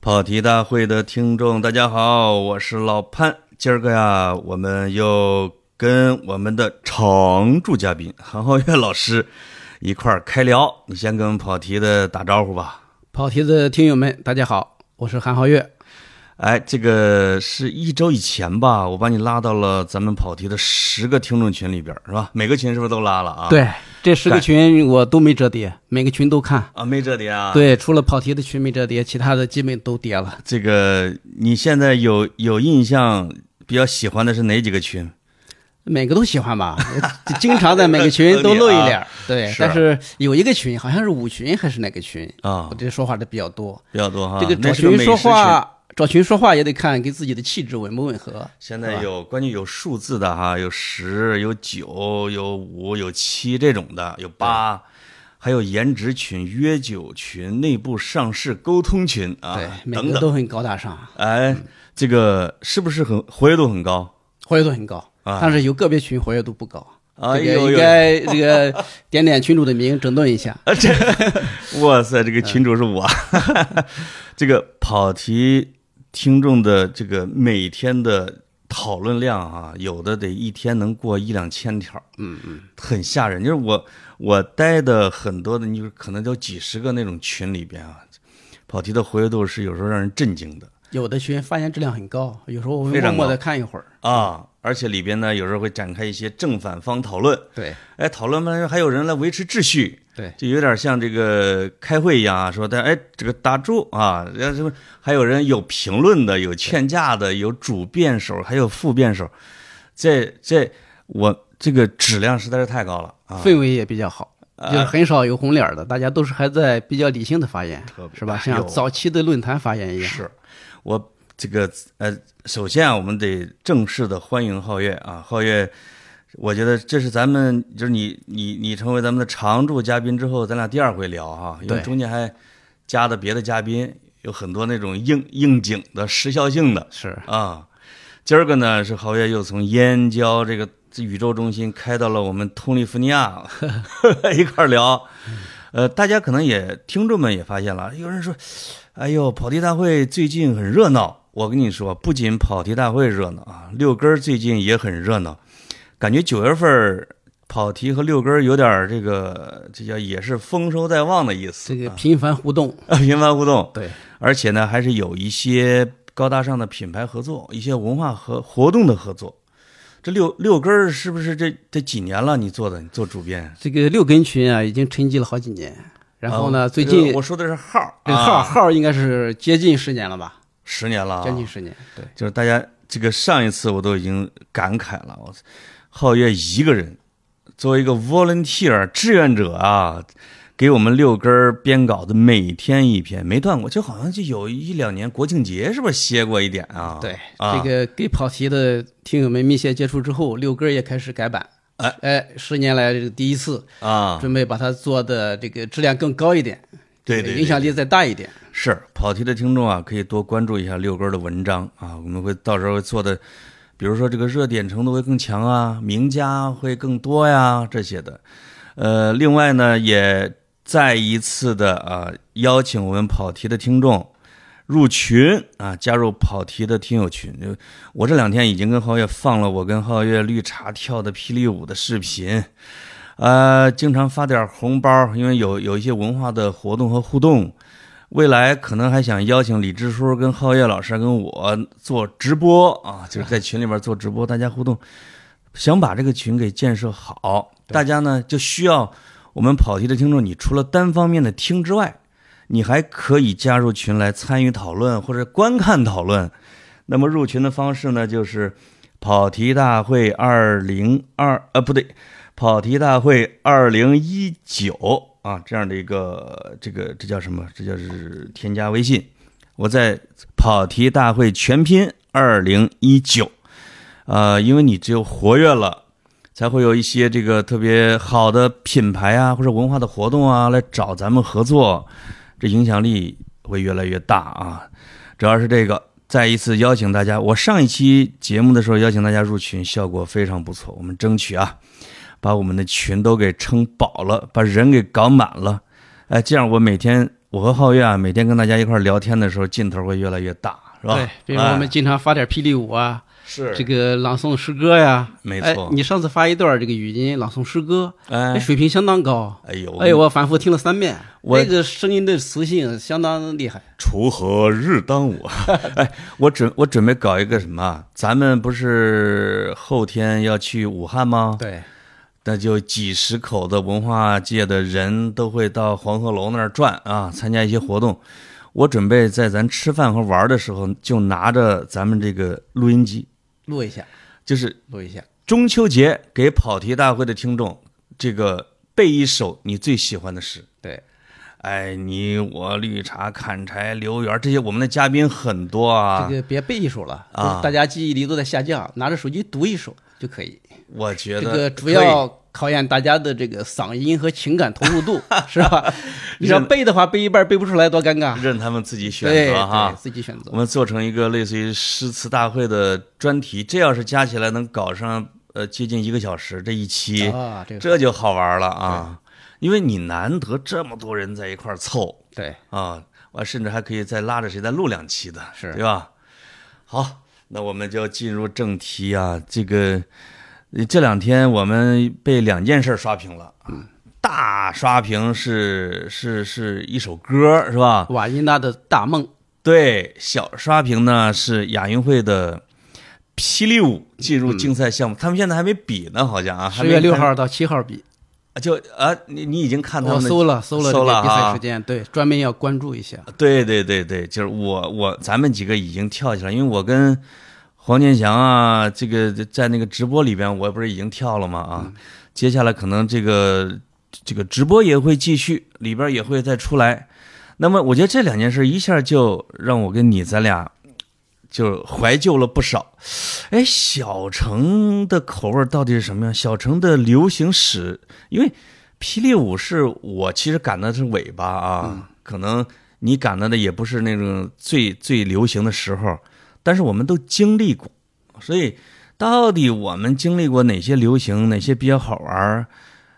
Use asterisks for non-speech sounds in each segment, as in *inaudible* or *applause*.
跑题大会的听众，大家好，我是老潘。今儿个呀，我们又跟我们的常驻嘉宾韩浩月老师一块儿开聊。你先跟跑题的打招呼吧。跑题的听友们，大家好，我是韩浩月。哎，这个是一周以前吧，我把你拉到了咱们跑题的十个听众群里边儿，是吧？每个群是不是都拉了啊？对，这十个群我都没折叠，每个群都看。啊，没折叠啊。，对，除了跑题的群没折叠，其他的基本都叠了。这个你现在有有印象比较喜欢的是哪几个群？每个都喜欢吧， *laughs* 我经常在每个群都露一脸 *laughs* 儿。对，是但是有一个群好像是五群还是哪个群啊我这说话的比较多。比较多哈。这个找那是群美食说群。话，找群说话也得看跟自己的气质吻不吻合。现在有关于有数字的哈，有十、有九、有五、有七这种的，有八，还有颜值群、约酒群、内部上市沟通群啊对，，每等个等。都很高大上，哎，这个是不是很活跃度很高？活跃度很高，啊但是有个别群活跃度不高。哎这呦个应呦！该这个点点群主的名整顿一下。 *laughs* 哇塞，这个群主是我， *laughs* 这个跑题听众的这个每天的讨论量啊，有的得一天能过一两千条，嗯嗯，很吓人。就是我我待的很多的，你就可能有几十个那种群里边啊，跑题的活跃度是有时候让人震惊的有的群发言质量很高，有时候我会非默常默高的看一会儿。啊，而且里边呢有时候会展开一些正反方讨论，对哎，讨论完了还有人来维持秩序，对，就有点像这个开会一样啊，说大家哎，这个打住啊，然后什么还有人有评论的，有劝架的，有主辩手，还有副辩手，这这我这个质量实在是太高了啊！氛围也比较好，就是很少有红脸儿的，大家都是还在比较理性的发言特，别是吧？哎呦像早期的论坛发言一样。是我这个呃，首先啊，我们得正式的欢迎皓月啊，皓月。我觉得这是咱们就是你你你成为咱们的常驻嘉宾之后，咱俩第二回聊哈、因为对中间还加的别的嘉宾，有很多那种应应景的时效性的，是，啊，今儿个呢是皓月又从燕郊这个宇宙中心开到了我们通利福尼亚， *laughs* 一块儿聊。呃，大家可能也听众们也发现了，有人说，哎呦，跑题大会最近很热闹。我跟你说，不仅跑题大会热闹啊，六根儿最近也很热闹，感觉九月份儿跑题和六根儿有点儿这个，这叫也是丰收在望的意思，这个频繁互动，啊频繁互动。对，而且呢，还是有一些高大上的品牌合作，一些文化和活动的合作。这六六根儿是不是这这几年了？你做的，你做主编？这个六根群啊，已经沉寂了好几年。然后呢，啊最这近个我说的是号儿，这个号啊号应该是接近十年了吧？十年了啊，将近十年。对，就是大家这个上一次我都已经感慨了，我皓月一个人作为一个 volunteer 志愿者啊，给我们六根儿编稿子，每天一篇，没断过，就好像就有一两年国庆节是不是歇过一点啊？对，啊这个跟跑题的听友们密切接触之后，六哥也开始改版。哎哎，十年来这个第一次，啊，准备把它做的这个质量更高一点，对这对个对影响力再大一点。是跑题的听众啊，可以多关注一下六根儿的文章啊，我们会到时候做的，比如说这个热点程度会更强啊，名家会更多呀这些的。呃，另外呢，也再一次的啊，邀请我们跑题的听众入群啊，加入跑题的听友群。就我这两天已经跟皓月放了我跟皓月绿茶跳的霹雳舞的视频。呃，经常发点红包，因为有有一些文化的活动和互动，未来可能还想邀请李支书、跟皓月老师、跟我做直播啊，就是在群里边做直播，大家互动，想把这个群给建设好。大家呢就需要我们跑题的听众，你除了单方面的听之外，你还可以加入群来参与讨论或者观看讨论。那么入群的方式呢，就是跑题大会二零二呃不对，跑题大会二零一九啊，这样的一个这个这叫什么？这叫是添加微信，我在跑题大会全拼二零一九，呃，因为你只有活跃了，才会有一些这个特别好的品牌啊或者文化的活动啊来找咱们合作，这影响力会越来越大啊。主要是这个。再一次邀请大家，我上一期节目的时候邀请大家入群，效果非常不错，我们争取啊，把我们的群都给撑饱了，把人给搞满了。哎，这样我每天我和皓月啊，每天跟大家一块儿聊天的时候，劲头会越来越大，是吧？对，比如我们哎经常发点霹雳舞啊，是这个朗诵诗歌呀，没哎错，你上次发一段这个语音朗诵诗歌，哎，哎水平相当高。哎呦哎，我反复听了三遍，我这个声音的磁性相当厉害。锄禾日当午。 *laughs* 哎，我准我准备搞一个什么啊？咱们不是后天要去武汉吗？对，那就几十口的文化界的人都会到黄鹤楼那儿转啊，参加一些活动。我准备在咱吃饭和玩的时候，就拿着咱们这个录音机，录一下，就是录一下。中秋节给跑题大会的听众，这个背一首你最喜欢的诗。对，哎，你我绿茶、砍柴、刘源这些，我们的嘉宾很多啊。这个别背一首了，啊就是大家记忆力都在下降，拿着手机读一首就可以。我觉这得个主可以要考验大家的这个嗓音和情感投 *laughs* 入度，是吧？你要背的话，背一半背不出来，多尴尬。任他们自己选对择对，哈。自己选择我。们做成一个类似于诗词大会的专题，这要是加起来能搞上呃接近一个小时这一期，啊，这个嗯这就好玩了啊！因为你难得这么多人在一块儿凑，对，啊，我甚至还可以再拉着谁再录两期的，是对吧？好，那我们就进入正题啊。这个呃这两天我们被两件事刷屏了，嗯大刷屏是是是一首歌是吧？瓦依娜的大梦，对，小刷屏呢是亚运会的霹雳舞进入竞赛项目，他们现在还没比呢，好像啊，还嗯十没月六还号到七号比。就啊，你你已经看他我们的搜了搜了这搜了个比赛啊时间，对，专门要关注一下。对对对对，就是我我咱们几个已经跳起来，因为我跟黄健翔啊，这个在那个直播里边，我不是已经跳了吗？啊，接下来可能这个这个直播也会继续，里边也会再出来。那么我觉得这两件事一下就让我跟你咱俩就怀旧了不少。哎，小城的口味到底是什么样？小城的流行史，因为霹雳舞是我其实赶的是尾巴啊，嗯可能你赶到的也不是那种最最流行的时候，但是我们都经历过，所以到底我们经历过哪些流行，哪些比较好玩儿？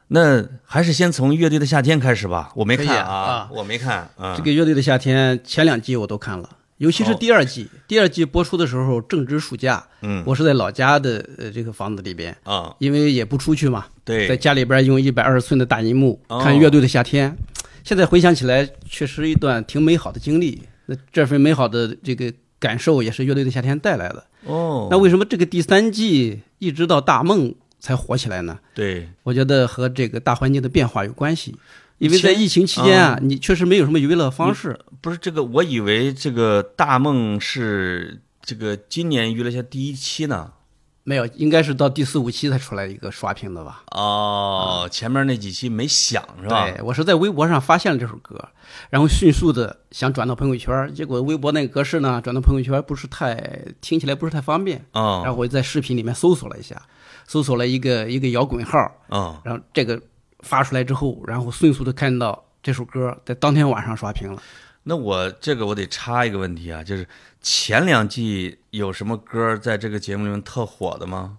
那还是先从乐队的夏天开始吧。我没可以看啊啊我没看啊。哦这个乐队的夏天前两季我都看了，尤其是第二季。第二季播出的时候正值暑假，嗯我是在老家的呃这个房子里边，啊，因为也不出去嘛，在对，家里边用一百二十寸的大银幕哦看乐队的夏天。现在回想起来，确实一段挺美好的经历。那这份美好的这个感受也是乐队的夏天带来的。哦，那为什么这个第三季一直到大梦才火起来呢？对我觉得和这个大环境的变化有关系，因为在疫情期间哦啊，你确实没有什么娱乐方式。不是这个，我以为这个大梦是这个今年娱乐下第一期呢。没有，应该是到第四五期才出来一个刷屏的吧？哦，前面那几期没想是吧？嗯对，我是在微博上发现了这首歌，然后迅速的想转到朋友圈，结果微博那个格式呢，转到朋友圈不是太听起来不是太方便，嗯然后我就在视频里面搜索了一下，搜索了一个一个摇滚号，嗯，然后这个发出来之后，然后迅速的看到这首歌在当天晚上刷屏了。那我这个我得插一个问题啊，就是前两季有什么歌在这个节目里面特火的吗？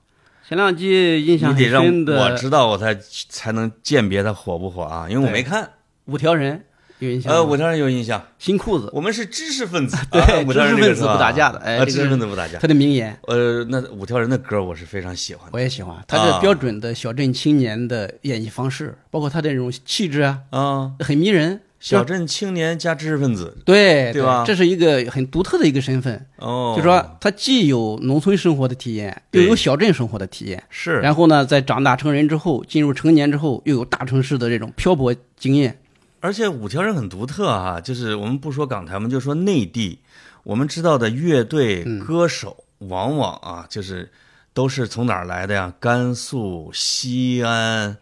前两季印象你很得让深我的知道，我才才能鉴别它火不火啊，因为我没看。五条人有印象吗，呃，我当然有印象，新裤子我们是知识分子， *laughs* 对啊我当然这个知识分子是吧不打架的哎啊这知个识分子不打架。他的名言。呃，那五条人的歌我是非常喜欢的我也喜欢他这啊标准的小镇青年的演绎方式，包括他这种气质啊，啊，很迷人。小镇青年加知识分子对对吧这是一个很独特的一个身份，哦，就说他既有农村生活的体验，又对有小镇生活的体验。是然后呢，在长大成人之后，进入成年之后，又有大城市的这种漂泊经验。而且五条人很独特啊，就是我们不说港台，我们就说内地，我们知道的乐队、嗯歌手，往往啊，就是都是从哪儿来的呀？甘肃、西安，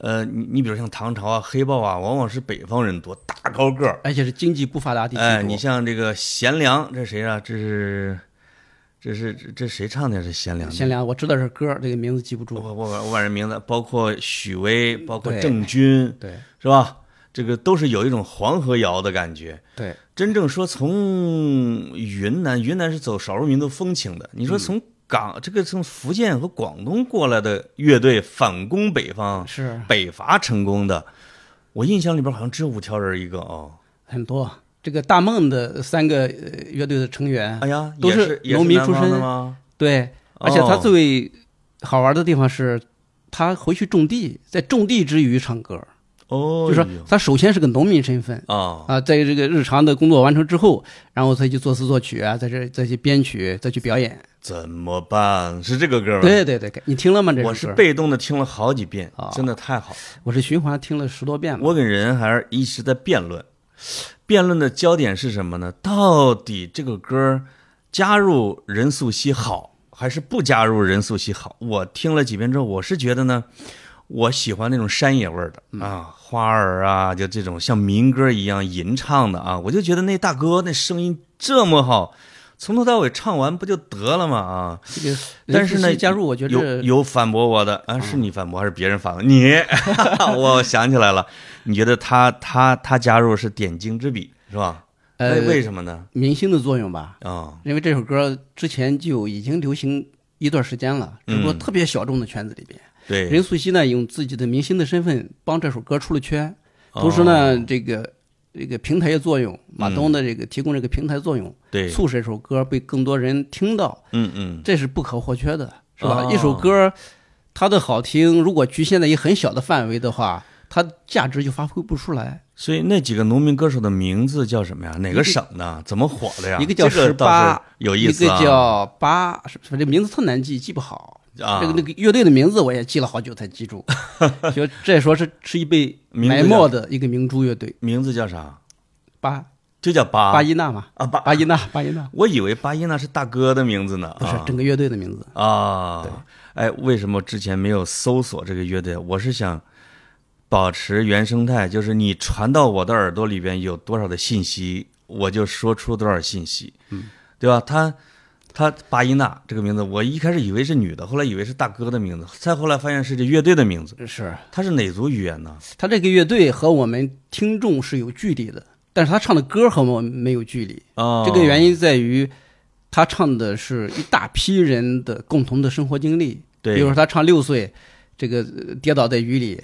呃，你你比如像唐朝啊、黑豹啊，往往是北方人多，大高个儿。而且是经济不发达地区多。哎，你像这个贤良，这谁啊？这是，这是这这谁唱的呀？这贤良的，贤良，我知道这歌，这个名字记不住。我我把我把人名字，包括许巍，包括对郑钧，对是吧？这个都是有一种黄河谣的感觉。对，真正说从云南，云南是走少数民族风情的。嗯你说从港、这个从福建和广东过来的乐队反攻北方，是北伐成功的，我印象里边好像只有五条人一个哦。很多。这个大梦的三个呃乐队的成员，哎呀，都也是是也农民南出方身的吗？对，而且他哦最好玩的地方是，他回去种地，在种地之余唱歌，哦，就是说哎呦他首先是个农民身份。啊，啊，在这个日常的工作完成之后，然后再去作词作曲啊，在这再去编曲，再去表演。怎么办？是这个歌吗？对对对，你听了吗？这首我是歌被动的听了好几遍啊，真的太好了。我是循环听了十多遍了。我跟人还是一直在辩论，辩论的焦点是什么呢？到底这个歌儿加入任素汐好，还是不加入任素汐好？我听了几遍之后，我是觉得呢，我喜欢那种山野味儿嗯的啊，花儿啊，就这种像民歌一样吟唱的啊，我就觉得那大哥那声音这么好，从头到尾唱完不就得了吗？啊，这个但是呢任素汐加入我觉有得有反驳我的嗯啊，是你反驳还是别人反驳你？ *laughs* 我想起来了，你觉得他他他加入是点睛之笔是吧？呃哎为为什么呢？明星的作用吧，啊、因为这首歌之前就已经流行一段时间了，只不过特别小众的圈子里边。嗯对，任素汐呢，用自己的明星的身份帮这首歌出了圈，哦同时呢，这个这个平台的作用，马东的这个提供这个平台作用，嗯对，促使这首歌被更多人听到，嗯嗯，这是不可或缺的，是吧？哦一首歌它的好听，如果局限在一很小的范围的话，它价值就发挥不出来。所以那几个农民歌手的名字叫什么呀？哪个省的？怎么火的呀？一个叫这个十倒八是有意思一啊，个叫八，是不是这名字特难记，记不好。啊这个那个乐队的名字我也记了好久才 *laughs* 记住，就这说是是一被名字埋没的一个明珠乐队，名字叫啥？巴就叫巴巴依娜嘛，啊巴，巴依娜，巴依娜我以为巴依娜是大哥的名字呢，不是啊整个乐队的名字。啊，哎，为什么之前没有搜索这个乐队？我是想保持原生态，就是你传到我的耳朵里边有多少的信息，我就说出多少信息，嗯，对吧？他他巴依娜这个名字，我一开始以为是女的，后来以为是大哥的名字，再后来发现是这乐队的名字。是他是哪族语言呢？他这个乐队和我们听众是有距离的，但是他唱的歌和我们没有距离。哦，这个原因在于，他唱的是一大批人的共同的生活经历。对比如说他唱六岁，这个呃跌倒在雨里，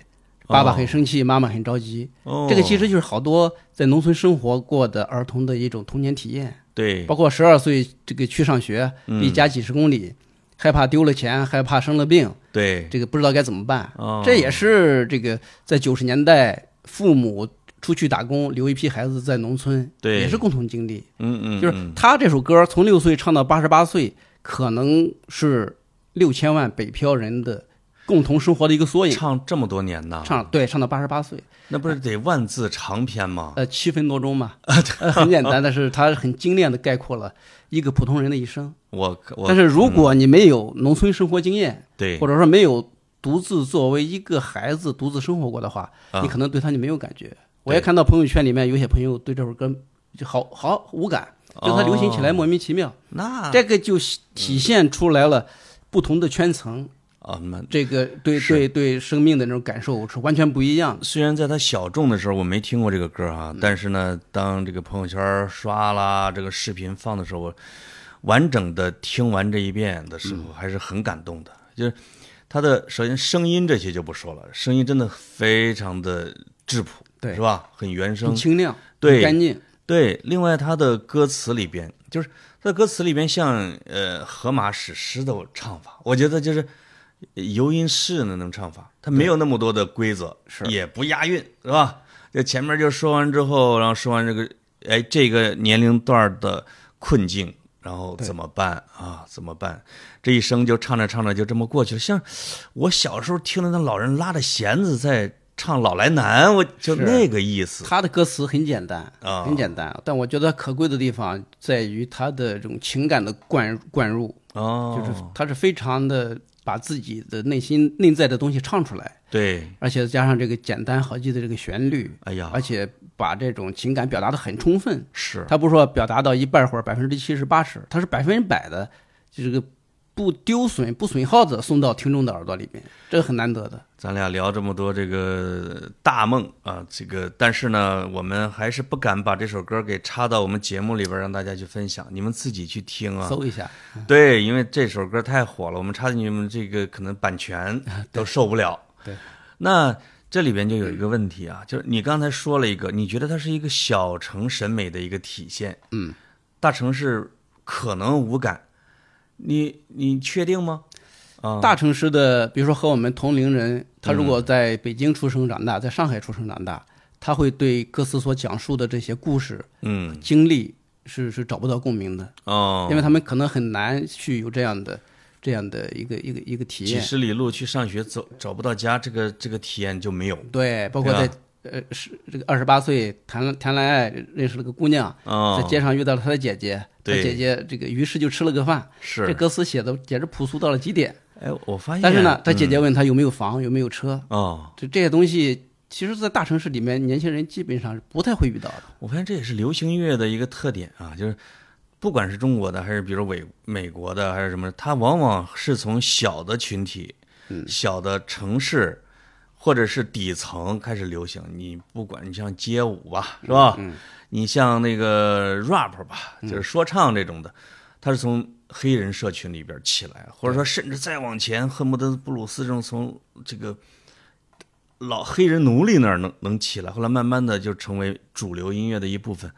爸爸很生气，妈妈很着急。哦，这个其实就是好多在农村生活过的儿童的一种童年体验，对嗯包括十二岁这个去上学，离家几十公里，害怕丢了钱，害怕生了病，对，这个不知道该怎么办。哦，这也是这个在九十年代父母出去打工，留一批孩子在农村，对也是共同经历。嗯嗯，就是嗯他这首歌从六岁唱到八十八岁，可能是六千万北漂人的共同生活的一个缩影。唱这么多年呢，唱对唱到八十八岁，那不是得万字长篇吗？呃，七分多 *laughs* 钟嘛，呃很简单，但是他很精炼的概括了一个普通人的一生。我我嗯但是如果你没有农村生活经验，对或者说没有独自作为一个孩子独自生活过的话，啊你可能对他就没有感觉。我也看到朋友圈里面有些朋友对这首歌就好好无感，对它流行哦起来莫名其妙。那这个就体现出来了不同的圈层，啊，那这个对是对对生命的那种感受是完全不一样的。虽然在他小众的时候我没听过这个歌啊，但是呢，当这个朋友圈刷啦，这个视频放的时候，我完整的听完这一遍的时候，还是很感动的。就是他的首先声音这些就不说了，声音真的非常的质朴，对是吧？很原声很，清亮，对很干净，嗯对，另外他的歌词里边，就是他的歌词里边像呃荷马史诗的唱法，我觉得就是呃游吟诗那种唱法，他没有那么多的规则，是也不押韵，是吧？就前面就说完之后，然后说完这个，哎，这个年龄段的困境，然后怎么办啊？怎么办？这一生就唱着唱着就这么过去了。像我小时候听的那老人拉着弦子在唱《老来难》，我就是那个意思他的歌词很简单，啊很简单。但我觉得可贵的地方在于他的这种情感的灌灌入，哦，就是他是非常的把自己的内心内在的东西唱出来，对。而且加上这个简单好记的这个旋律，哎呀，而且把这种情感表达的很充分。是他不是说表达到一半或者百分之七十八十，他是百分之百的，就这个不丢损、不损耗的送到听众的耳朵里面，这个很难得的。咱俩聊这么多这个大梦啊，这个但是呢，我们还是不敢把这首歌给插到我们节目里边让大家去分享，你们自己去听啊。搜一下，对，因为这首 *laughs* 歌太火了，我们插进去，我们这个可能版权都受不了。对，那这里边就有一个问题啊，就是你刚才说了一个，你觉得它是一个小城审美的一个体现，嗯，大城市可能无感，你你确定吗？啊，嗯大城市的，比如说和我们同龄人，他如果在北京出生长大，在上海出生长大，他会对歌词所讲述的这些故事、嗯，经历是是找不到共鸣的，哦，因为他们可能很难去有这样的这样的一个一个一个体几验。十里路去上学走找不到家，这个这个体验就没有。对，包括对啊在吧呃是这个二十八岁谈谈恋爱认识了个姑娘，哦在，街上遇到了她的姐姐，她对姐姐这个于是就吃了个饭，这是，歌词写的简直朴素到了极点。哎，嗯我发现，但是呢，她姐姐问她有没有房，有没有车，哦，这这些东西，其实，在大城市里面，年轻人基本上是不太会遇到的。我发现这也是流行音乐的一个特点啊，就是不管是中国的，还是比如美美国的，还是什么，它往往是从小的群体、小的城市或者是底层开始流行。你不管你像街舞吧，是吧？你像那个 rap 吧，就是说唱这种的，它是从黑人社群里边起来，或者说甚至再往前，恨不得布鲁斯这种从这个老黑人奴隶那儿能能起来，后来慢慢的就成为主流音乐的一部分。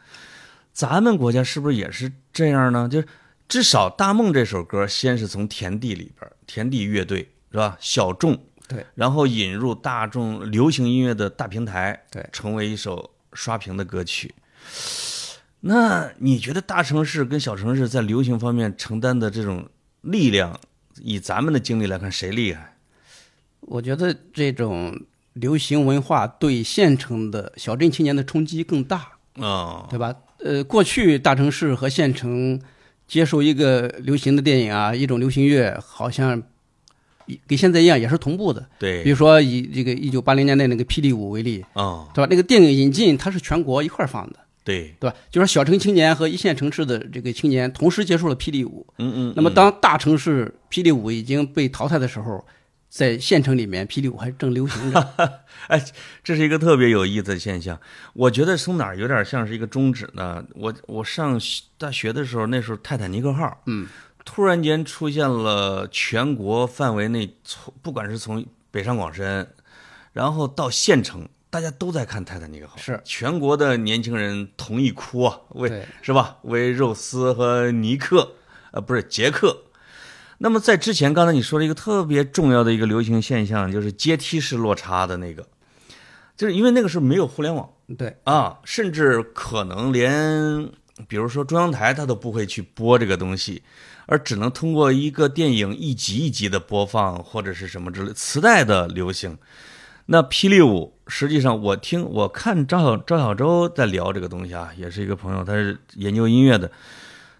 咱们国家是不是也是这样呢？就是至少《大梦》这首歌，先是从田地里边，田地乐队是吧，小众，对，然后引入大众流行音乐的大平台，对成为一首刷屏的歌曲。那你觉得大城市跟小城市在流行方面承担的这种力量，以咱们的经历来看，谁厉害？我觉得这种流行文化对县城的小镇青年的冲击更大，哦，对吧？呃，过去大城市和县城接受一个流行的电影啊，一种流行乐，好像跟现在一样也是同步的。比对，如说以这个一九八零年代那个《霹雳舞》为例，哦，对吧？那个电影引进它是全国一块儿放的，对，对吧？就是小城青年和一线城市的这个青年同时接受了霹雳舞，嗯嗯。那么，当大城市霹雳舞已经被淘汰的时候，在县城里面，霹雳舞还正流 *laughs* 行着。这是一个特别有意思的现象。我觉得从哪儿有点像是一个终止呢？我我上学大学的时候，那时候《泰坦尼克号》，嗯，突然间出现了全国范围内从不管是从北上广深，然后到县城，大家都在看《泰坦尼克号》，是全国的年轻人同一哭啊，为对是吧？为肉丝和尼克，呃，不是杰克。那么在之前，刚才你说了一个特别重要的一个流行现象，就是阶梯式落差的那个，就是因为那个时候没有互联网对，啊，甚至可能连比如说中央台它都不会去播这个东西，而只能通过一个电影一集一集的播放或者是什么之类磁带的流行。那霹雳舞，实际上我听我看张小张小舟在聊这个东西啊，也是一个朋友，他是研究音乐的。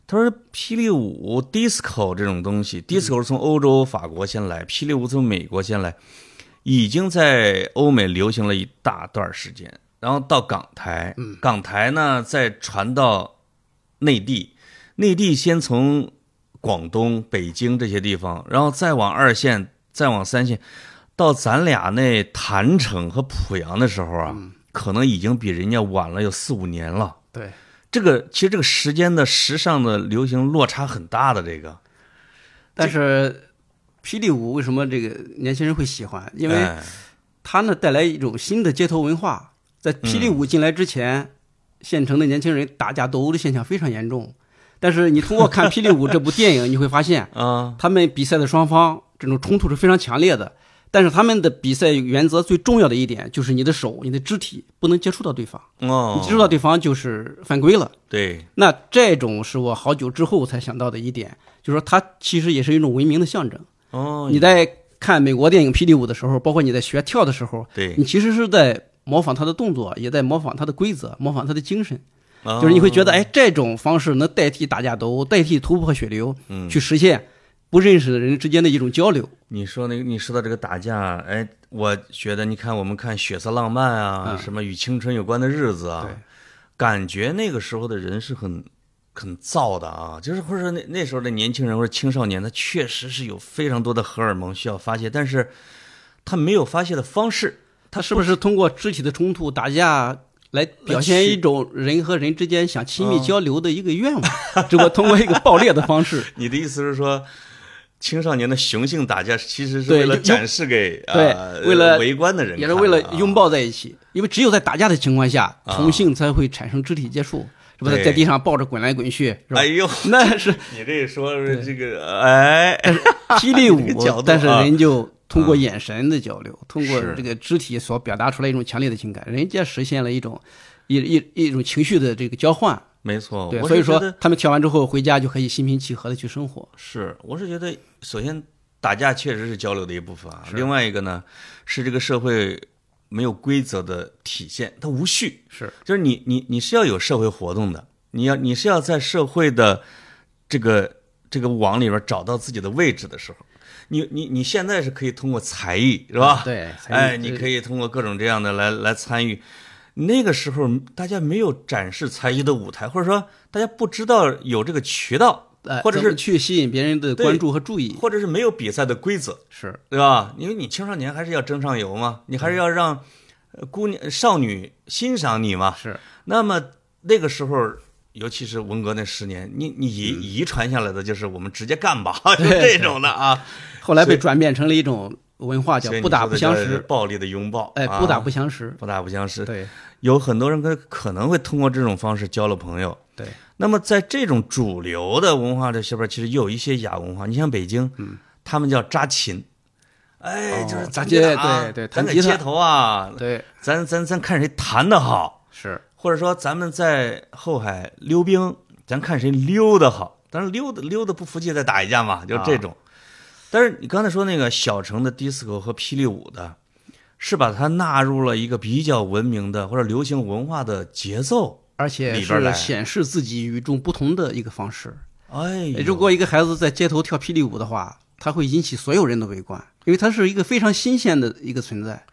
他说霹雳舞、disco 这种东西，disco 是从欧洲法国先来，霹雳舞从美国先来，已经在欧美流行了一大段时间，然后到港台，嗯港台呢再传到内地，内地先从广东、北京这些地方，然后再往二线，再往三线，到咱俩那谭城和濮阳的时候啊，嗯可能已经比人家晚了有四五年了。对，这个其实这个时间的时尚的流行落差很大的，这个但是霹雳舞为什么这个年轻人会喜欢？因为哎它呢带来一种新的街头文化。在霹嗯雳舞进来之前，县城的年轻人打架斗殴的现象非常严重。但是你通过看《霹雳舞》这部电影，你会发现，啊他们比赛的双方这种冲突是非常强烈的。但是他们的比赛原则最重要的一点就是你的手、你的肢体不能接触到对方。哦，你接触到对方就是犯规了。对那这种是我好久之后才想到的一点，就是说它其实也是一种文明的象征。哦，你在看美国电影《霹雳舞》的时候，包括你在学跳的时候，对，你其实是在模仿他的动作，也在模仿他的规则，模仿他的精神。哦就是你会觉得，哎，这种方式能代替打架斗殴，代替突破血流，去实现不认识的人之间的一种交流。你说那个，你说到这个打架，哎，我觉得你看我们看《血色浪漫》啊，什么与青春有关的日子啊嗯对，感觉那个时候的人是很很燥的啊，就是或者说那那时候的年轻人或者青少年，他确实是有非常多的荷尔蒙需要发泄，但是他没有发泄的方式，他是不是通过肢体的冲突、打架来表现一种人和人之间想亲密交流的一个愿望？只不过通过一个暴烈的方式。你的意思是说，青少年的雄性打架其实是对为了就展示给对呃为了围观的人看也的啊，是为了拥抱在一起，因为只有在打架的情况下，同性才会产生肢体接触，是吧？对在地上抱着滚来滚去，是吧哎？呦， *laughs* 那是 *laughs* 你这一说这个哎， *laughs* 霹雳这个角度啊舞，嗯但是人就通过眼神的交流，通过是这个肢体所表达出来一种强烈的情感，人家实现了一种一一一种情绪的这个交换。没错，对，我所以是觉说得他们跳完之后回家就可以心平气和的去 *laughs* 生活。是，我是觉得，首先打架确实是交流的一部分啊，是另外一个呢是这个社会没有规则的体现，它无序，是就是你你你是要有社会活动的，你要你是要在社会的这个这个网里边找到自己的位置的时候，你你你现在是可以通过才艺是吧？对，哎，你可以以通过各种这样的来来参与。那个时候大家没有展示才艺的舞台，或者说大家不知道有这个渠道，哎或者是呃去吸引别人的对关注和注意。或者是没有比赛的规则，是对吧？因为你青少年还是要争上游嘛，你嗯还是要让呃姑娘少女欣赏你嘛。是，那么那个时候，尤其是文革那十年，你你遗嗯遗传下来的就是我们直接干 *laughs* 吧，就这种的啊。后来被转变成了一种文化， *laughs* 叫所以你不打说的不相叫识。暴力的拥抱，哎，啊不打不相识。不打不相识。对有很多人可可能会通过这种方式交了朋友。对，那么在这种主流的文化的下边，其实有一些亚文化。你像北京，他们叫扎琴，哎，嗯哦就是扎咱街们啊对对咱弹在吉他街头啊，对咱咱咱看谁弹得好，是或者说咱们在后海溜冰，咱看谁溜得好。当然溜达溜达不服气再打一架嘛，就这种。但是你刚才说那个小城的 disco 和霹雳舞的，是把它纳入了一个比较文明的或者流行文化的节奏。而且里边来是显示自己与众不同的一个方式。哎呦，如果一个孩子在街头跳霹雳舞的话，他会引起所有人的围观，因为他是一个非常新鲜的一个存在。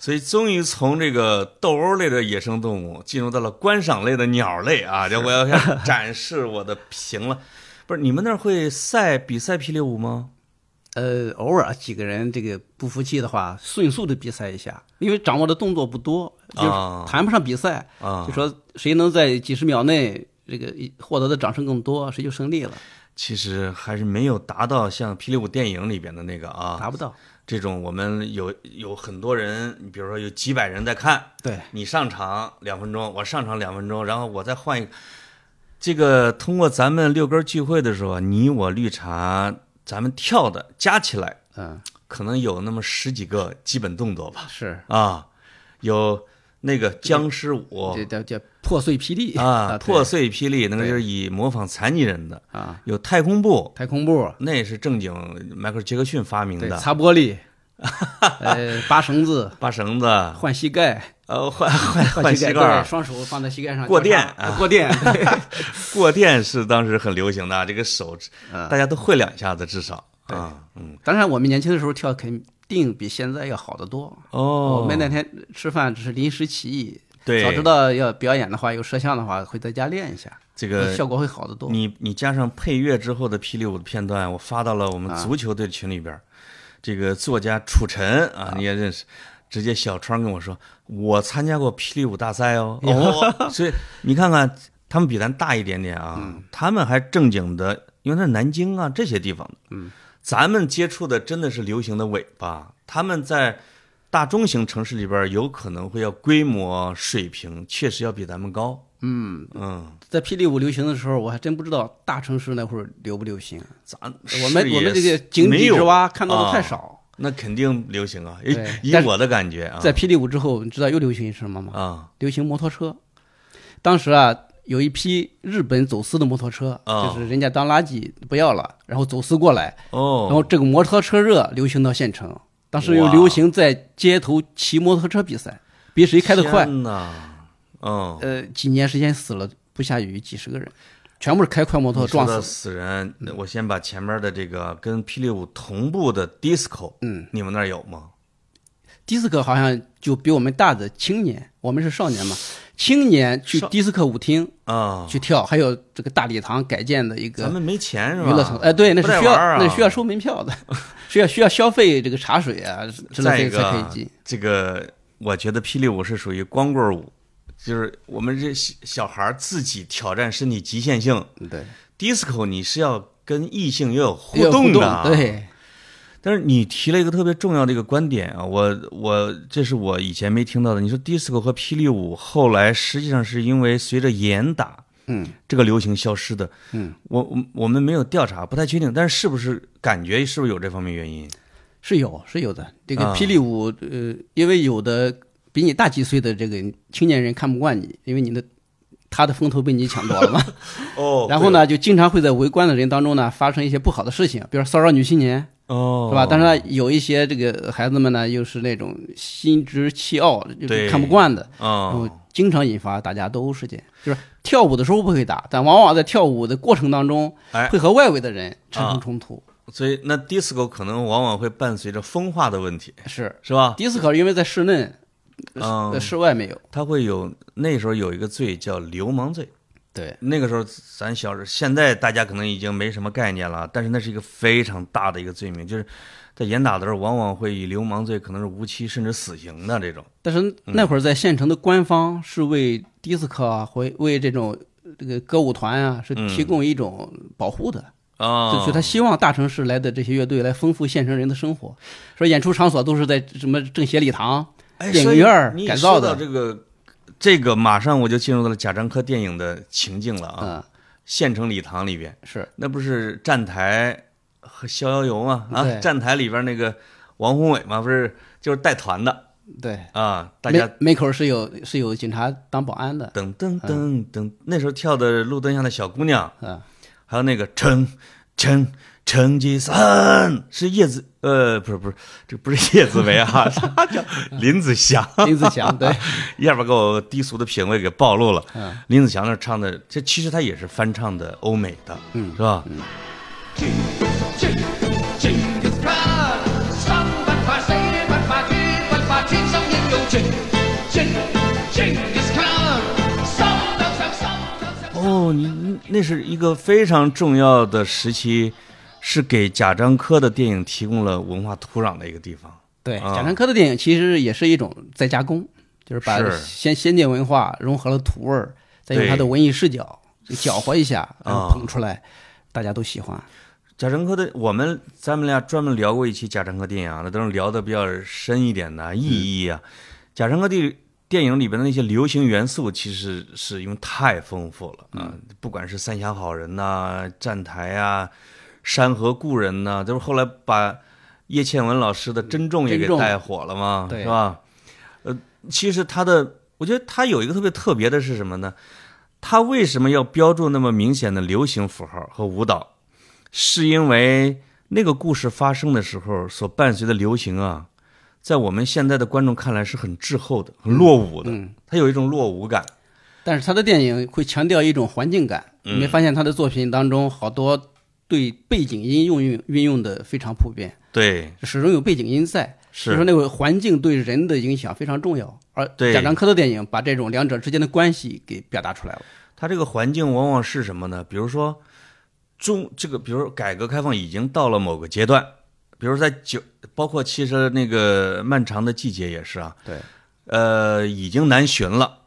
所以终于从这个斗殴类的野生动物进入到了观赏类的鸟类啊！这我要想展示我的屏了。不是你们那儿会赛比赛霹雳舞吗？呃，偶尔几个人这个不服气的话，迅速的比赛一下，因为掌握的动作不多，就啊谈不上比赛，啊就，说谁能在几十秒内这个一获得的掌声更多，谁就胜利了，其实还是没有达到像霹雳舞电影里边的那个啊，达不到。这种我们有有很多人，你比如说有几百人在看，对，你上场两分钟，我上场两分钟，然后我再换一个。这个通过咱们六根聚会的时候啊，你我绿茶，咱们跳的加起来嗯，可能有那么十几个基本动作吧，是，啊，有那个僵尸舞这叫叫破碎霹雳啊，对破碎霹雳，那个就是以模仿残疾人的，啊，有太空步，太空步，那是正经迈克尔杰克逊发明对，的，擦 *laughs* 玻璃，呃，拔绳子，扒绳子，换膝盖，呃，换换换膝膝盖，盖儿对，双手放在膝盖上过交叉电啊呃过电，对 *laughs* 过电是当时很流行的，啊这个手指嗯大家都会两下子至少啊，嗯，当然，我们年轻的时候跳肯定比现在要好得多。哦，我们那天吃饭只是临时起意，对，早知道要表演的话，有摄像的话，会在家练一下，这个效果会好得多。你你加上配乐之后的霹雳舞的片段，我发到了我啊们足球队群里边儿。这个作家楚晨啊，你也认识，直接小川跟我说，我参加过霹雳舞大赛哦。 *laughs* 哦，所以你看看他们比咱大一点点啊，嗯他们还正经的，因为那是南京啊这些地方的。嗯，咱们接触的真的是流行的尾巴，他们在。大中型城市里边儿有可能会要规模水平确实要比咱们高，嗯嗯，在霹雳舞流行的时候，我还真不知道大城市那会儿流不流行。咱我们视野我们这个井没底有之蛙看到的太啊少。那肯定流行啊！以对以但是我的感觉啊，在霹雳舞之后，你知道又流行什么吗？啊流行摩托车。当时啊，有一批日本走私的摩托车，哦就是人家当垃圾不要了，然后走私过来，然哦，后这个摩托车热流行到县城，当时又哇流行在街头骑摩托车比赛，比谁开得快。天呐，嗯，呃，几年时间死了不下于几十个人，全部是开快摩托你说撞到死。死人，那我先把前面的这个跟霹雳舞同步的 disco，嗯，你们那儿有吗？迪斯科好像就比我们大的青年，我们是少年嘛，青年去迪斯科舞厅啊，去跳，还有这个大礼堂改建的一个咱们没钱是吧？娱乐城，哎，对，那不是带需要、玩儿啊那需要收门票的，需要需要消费这个茶水啊之再一类的个才可啊以进。，这个我觉得霹雳舞是属于光棍舞，就是我们这小小孩儿自己挑战身体极限性。对， disco 你是要跟异性也有互也有动动的啊。对，但是你提了一个特别重要的一个观点啊，我我这是我以前没听到的。你说 disco 和霹雳舞后来实际上是因为随着严打嗯这个流行消失的，嗯，我我我们没有调查，不太确定，但是是不是感觉是不是有这方面原因？是有是有的。这个啊霹雳舞，呃，因为有的比你大几岁的这个青年人看不惯你，因为你的他的风头被你抢 *laughs* 夺了嘛。哦然后？呢，就经常会在围观的人当中呢发生一些不好的事情，比如说骚扰女青年，哦，是吧？但是呢，有一些这个孩子们呢，又是那种心直气傲，就是对看不惯的，然后哦，经常引发打架斗殴事件。就是跳舞的时候不会打，但往往在跳舞的过程当中哎，会和外围的人产生冲突。所以那 disco 可能往往会伴随着风化的问题，是是吧？迪斯科，因为在室内，啊呃嗯在室外没有。它会有那时候有一个罪叫流氓罪。对，那个时候咱小时候，现在大家可能已经没什么概念了，但是那是一个非常大的一个罪名，就是在严打的时候，往往会以流氓罪可能是无期甚至死刑的这种。但是那嗯会儿在县城的官方是为迪斯科啊，会为这种呃这个歌舞团啊，是提供一种保护的。嗯啊就是他希望大城市来的这些乐队来丰富县城人的生活，说演出场所都是在什么政协礼堂，哎电影院儿所以你改造说的到这个这个，马上我就进入到了贾樟柯电影的情境了啊，嗯，县城礼堂里边，是那不是站台和逍遥游吗？啊，对站台里边那个王宏伟嘛，不是就是带团的对，啊，大门家门口是有是有警察当保 *laughs* 安的，噔噔噔噔，那时候跳的《路灯下的小姑娘》，嗯，还有那个成成成吉思汗是叶子呃不是不是这不是叶子梅啊， *laughs* 他 *laughs* 叫林子祥，林子祥， *laughs* 对，一下把给我低俗的品味给暴露了。嗯林子祥那唱的，这其实他也是翻唱的欧美的，嗯是吧？ Genghis Khan, song văn hóa Tây, văn hóa Thi, văn hóa Thiên sông Nhân Cầu Chinh. Chinh, Genghis Khan, song đằng sau, song đằng sau. 哦，你你那是一个非常重要的时期，是给贾樟柯的电影提供了文化土壤的一个地方。对，啊贾樟柯的电影其实也是一种再加工，就是把是先先进文化融合了土味儿，再用对他的文艺视角就搅和一下，然啊后捧出来，大家都喜欢，贾樟柯的，我们咱们俩专门聊过一期贾樟柯电影啊，那都是聊的比较深一点嗯的意义啊。贾樟柯的电影里边的那些流行元素，其实是因为太丰富了嗯啊，不管是《三峡好人》呐、站台》啊，《山河故人》呐，都是后来把叶倩文老师的《珍重》也给嗯珍重带火了嘛，对是吧？呃，其实他的，我觉得他有一个特别特别的是什么呢？他为什么要标注那么明显的流行符号和舞蹈？是因为那个故事发生的时候所伴随的流行啊，在我们现在的观众看来是很滞后的、很落伍嗯的，它有一种落伍感。但是他的电影会强调一种环境感，你没嗯发现他的作品当中好多对背景音用运运用的非常普遍，对，始终有背景音在，所以说是那个环境对人的影响非常重要。而对贾樟柯的电影把这种两者之间的关系给表达出来了。它这个环境往往是什么呢？比如说中这个，比如说改革开放已经到了某个阶段，比如在九，包括其实那个漫长的季节也是啊，对，呃，已经南巡了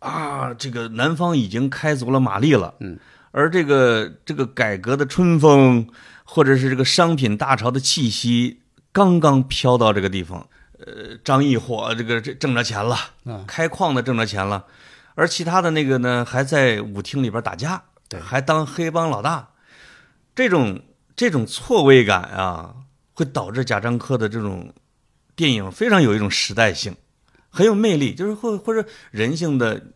啊，这个南方已经开足了马力了，嗯，而这个这个改革的春风，或者是这个商品大潮的气息，刚刚飘到这个地方，呃，张毅火这个这挣着钱了，嗯开矿的挣着钱了，而其他的那个呢，还在舞厅里边打架，对还当黑帮老大，这种这种错位感啊，会导致贾樟柯的这种电影非常有一种时代性。很有魅力，就是或或者人性的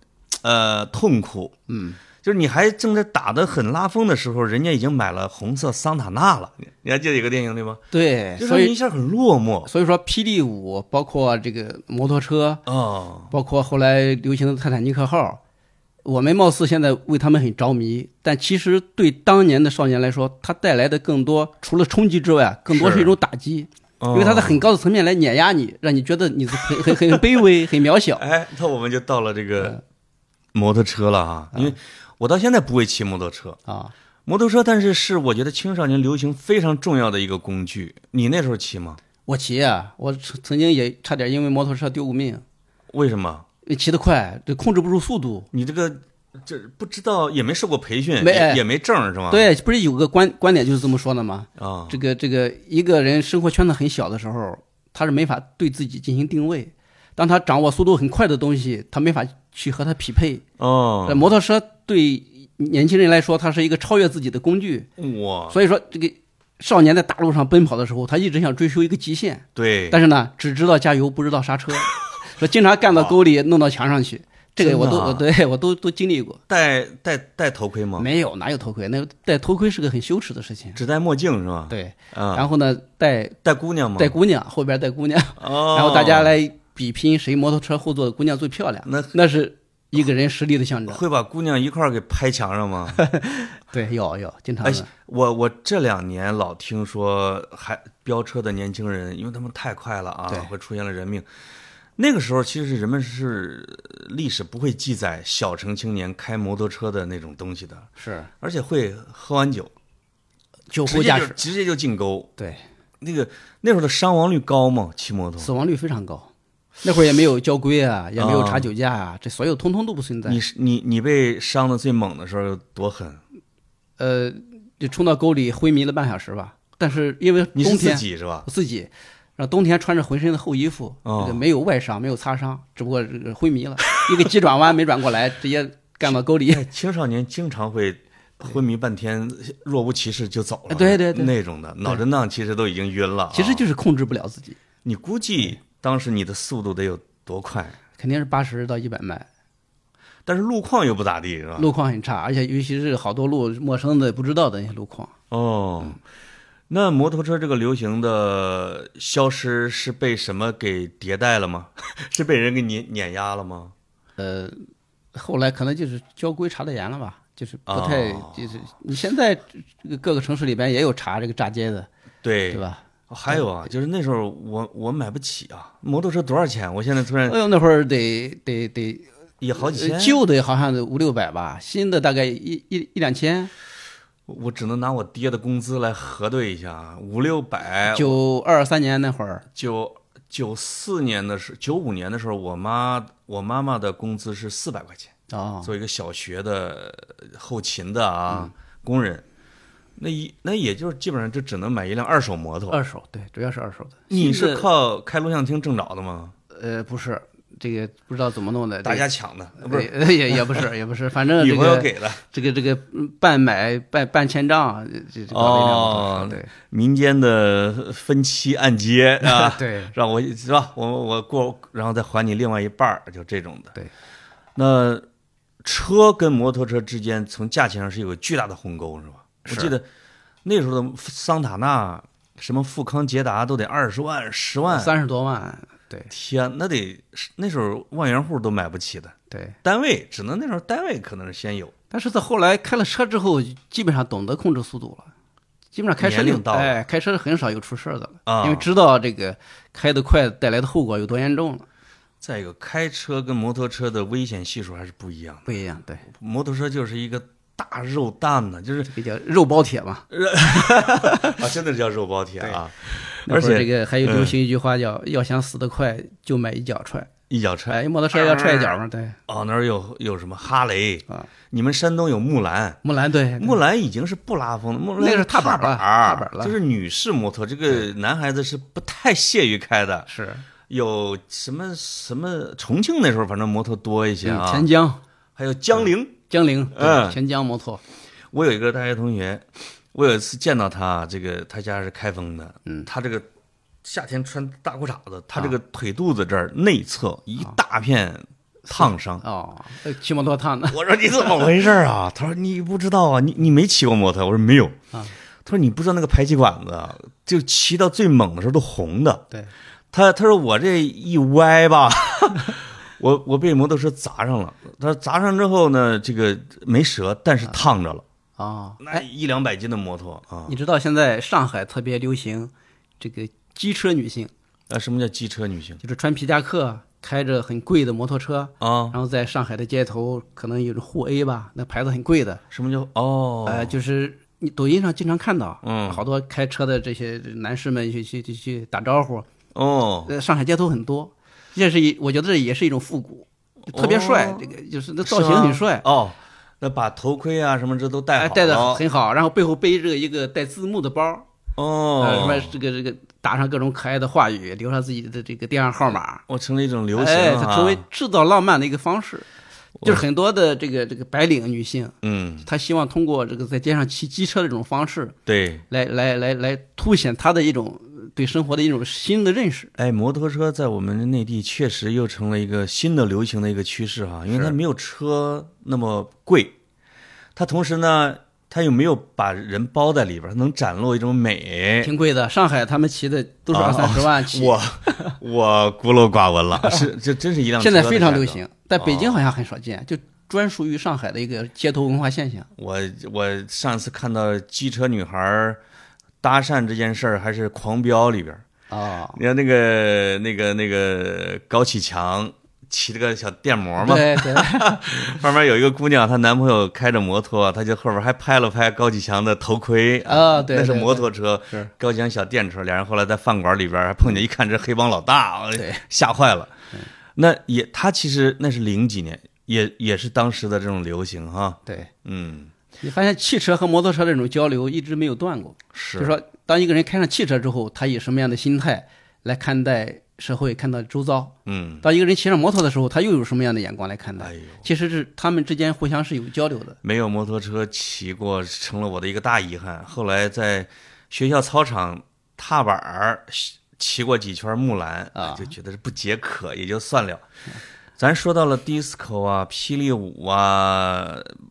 呃痛苦，嗯，就是你还正在打得很拉风的时候，人家已经买了红色桑塔纳了，你你还记得有个电影里吗？对，就哎所说你一以下很落寞所以说霹雳舞，包括这个摩托车，哦，包括后来流行的泰坦尼克号，我们貌似现在为他们很着迷，但其实对当年的少年来说，它带来的更多除了冲击之外，更多是是一种打击，哦因为它在很高的层面来碾压你，让你觉得你是很很很很卑微、很渺小。 *laughs* 哎，那我们就到了这个嗯摩托车了啊，因为我到现在不会骑摩托车，啊，摩托车，但是是我觉得青少年流行非常重要的一个工具。你那时候骑吗？我骑啊，我曾曾经也差点因为摩托车丢过命，为什么？骑得快，这控制不住速度。你这个这不知道也没受过培训，没哎也也没证儿是吗？对，不是有个观观点就是这么说的吗？啊，这个这个一个人生活圈子很小的时候，他是没法对自己进行定位。当他掌握速度很快的东西，他没法去和它匹配。哦呃，摩托车对年轻人来说，它是一个超越自己的工具。哇，所以说，这个少年在大路上奔跑的时候，他一直想追求一个极限，对，但是呢，只知道加油，不知 *laughs* 道刹车，说经常干到沟里，弄到墙上去。这个我都，真的啊我对我都都经历过。戴戴戴头盔吗？没有，哪有头盔？那戴头盔是个很羞耻的事情。只戴墨镜是吗？，对，啊，然后呢，带带姑娘吗？带姑娘，后边带姑娘，哦，然后大家来比拼谁摩托车后座的姑娘最漂亮，那哦那是一个人实力的象征。会把姑娘一块儿给拍墙上吗？对，有有，经常哎的。，我我这两年老听说还飙车的年轻人，因为他们太快了啊对，会出现了人命。那个时候，其实人们是呃历史不会记载小城青年开摩托车的那种东西的，是而且会喝完酒，酒直后接驾就驶，直接就进沟。对，那个那时候的伤亡率高吗？骑摩托？死亡率非常高。那会儿也没有交规啊，也没有啊查酒驾啊，这所有通通都不存在你。是你你被伤的最猛的时候有多狠？呃，就冲到沟里昏迷了半小时吧。但是因为你冬是自天，己是吧？我自己，然后冬天穿着浑身的厚衣服，哦这个没有外伤，没有擦伤，只不过这个昏迷了，一个急转弯没转过来，直接干到沟里。哎，青少年经常会昏迷半天，若无其事就走了，对对对那种的脑震荡其实都已经晕了啊、其实就是控制不了自己，你估计当时你的速度得有多快，肯定是八十到一百迈，但是路况又不咋地，是吧？路况很差，而且尤其是好多路陌生的不知道的那些路况。哦，嗯那摩托车这个流行的消失是被什么给迭代了吗？ *laughs* 是被人给碾碾压了吗？呃，后来可能就是交规查的严了吧，就是不太、哦就是你现在这个各个城市里边也有查这个炸街的，对，对吧？还有啊，就是那时候我我买不起啊，摩托车多少钱？我现在突然哎呦，那会儿得得得，也好几千呃，旧的好像得五六百吧，新的大概一一一两千，我只能拿我爹的工资来核对一下，啊五六百，九二三年那会儿，九九四年的时候，九五年的时候，我妈我妈妈的工资是四百块钱，哦，嗯做一个小学的呃后勤的啊、工人，那一那也就是基本上就只能买一辆二手摩托。二手对，主要是二手的。你新是的靠开录像厅挣着的吗？呃不是这个不知道怎么弄的，大家抢的，这个不是呃也也 *laughs* 不是也不是，反正女这朋友个给的。这个这个嗯半买半半千账，这这搞了一辆摩哦托车对。民间的分期按揭 *laughs* 啊，对让我是吧？我我过，然后再还你另外一半儿，就这种的。对，那车跟摩托车之间从价钱上是有个巨大的鸿沟，是吧？我是记得那时候的桑塔纳、什么富康、捷达都得二十万、十万。三十多万，对天，那得那时候万元户都买不起的，对。单位只能那时候单位可能是先有。但是他后来开了车之后，基本上懂得控制速度了，基本上开车年龄就到了哎，开车很少有出事儿的了，啊因为知道这个开得快带来的后果有多严重了，再一个，开车跟摩托车的危险系数还是不一样的。不一样，对，摩托车就是一个大肉蛋呢， *laughs* 就是比较肉包铁嘛。啊，真的叫肉包铁啊！那而会儿这且嗯个还有流行一句话叫“要想死得快，就买一 *laughs* 脚踹一脚”，踹哎，摩托车要踹一脚嘛，对，哦，那儿有有什么哈雷啊？你们山东有木兰，木兰对，木兰已经是不拉风的，木兰那个是踏踏板板了儿踏板了就是女士摩托，这个男孩子是不太屑于开的。是有什么什么重庆那时候，反正摩托多一些嗯啊，钱江还有江铃，江铃，嗯对，钱江摩托，我有一个大学同学，我有一次见到他，这个他家是开封的，嗯，他这个夏天穿大裤衩子，他啊这个腿肚子这儿内侧一大片烫伤。哦，呃骑摩托烫的，我说你怎么回事儿啊？他说你不知道啊，你你没骑过摩托？我说没有。啊，他说你不知道那个排气管子啊，就骑到最猛的时候都红的。对，他他说我这一歪吧， *laughs* 我我被摩托车砸上了。他说砸上之后呢，这个没折，但啊是烫着了。哦，那一两百斤的摩托啊，你知道现在上海特别流行这个机车女性，啊，什么叫机车女性就是穿皮夹克，开着很贵的摩托车，啊？然后在上海的街头，可能有着沪 A 吧，那牌子很贵的，什么叫哦？呃，就是你抖音上经常看到，嗯好多开车的这些男士们去去去去打招呼，哦，呃，上海街头很多，这是一我觉得这也是一种复古，特别帅，哦这个就是那造型很是帅吗，哦。那把头盔啊什么这都戴好哎，了，戴的很好，然后背后背着一个带字幕的包，呃哦什，么这个这个打上各种可爱的话语，留下自己的这个电话号码，我成了一 *laughs* 种流行哎，了它啊，成为制造浪漫的一个方式。就是很多的这个这个白领女性，嗯，她希望通过这个在街上骑机车的这种方式，对，来来来来凸显她的一种呃对生活的一种新的认识。哎，摩托车在我们内地确实又成了一个新的流行的一个趋势哈、因为它没有车那么贵，它同时呢，它又没有把人包在里边儿，它能展露一种美。挺贵的，上海他们骑的都是二三十万起，哎哦 *laughs* 我我孤陋寡闻了，是这哦真是一辆车现在的非常价流格行，在北京好像很少见，就专属于上海的一个街头文化现象。我我上次看到机车女孩儿搭讪这件事儿，还是《狂飙》里边儿，哦，你看那个那个那个高启强骑了个小电摩嘛，对对， *laughs* 旁边有一个姑娘，她男朋友开着摩托，她就后边还拍了拍高启强的头盔啊对那是对摩托车，是高启强小电车，俩人后来在饭馆里边还碰见，一看这黑帮老大，对，吓坏了。那也，他其实那是零几年，也也是当时的这种流行哈，对，嗯，你发现汽车和摩托车这种交流一直没有断过，是，就是说，当一个人开上汽车之后，他以什么样的心态来看待社会，看待周遭；嗯，当一个人骑上摩托的时候，他又有什么样的眼光来看哎待呦？其实是他们之间互相是有交流的。没有摩托车骑过，成了我的一个大遗憾。后来在学校操场踏板儿骑骑过几圈木兰哎啊就觉得是不解渴，也就算了。咱说到了 disco 啊、霹雳舞啊、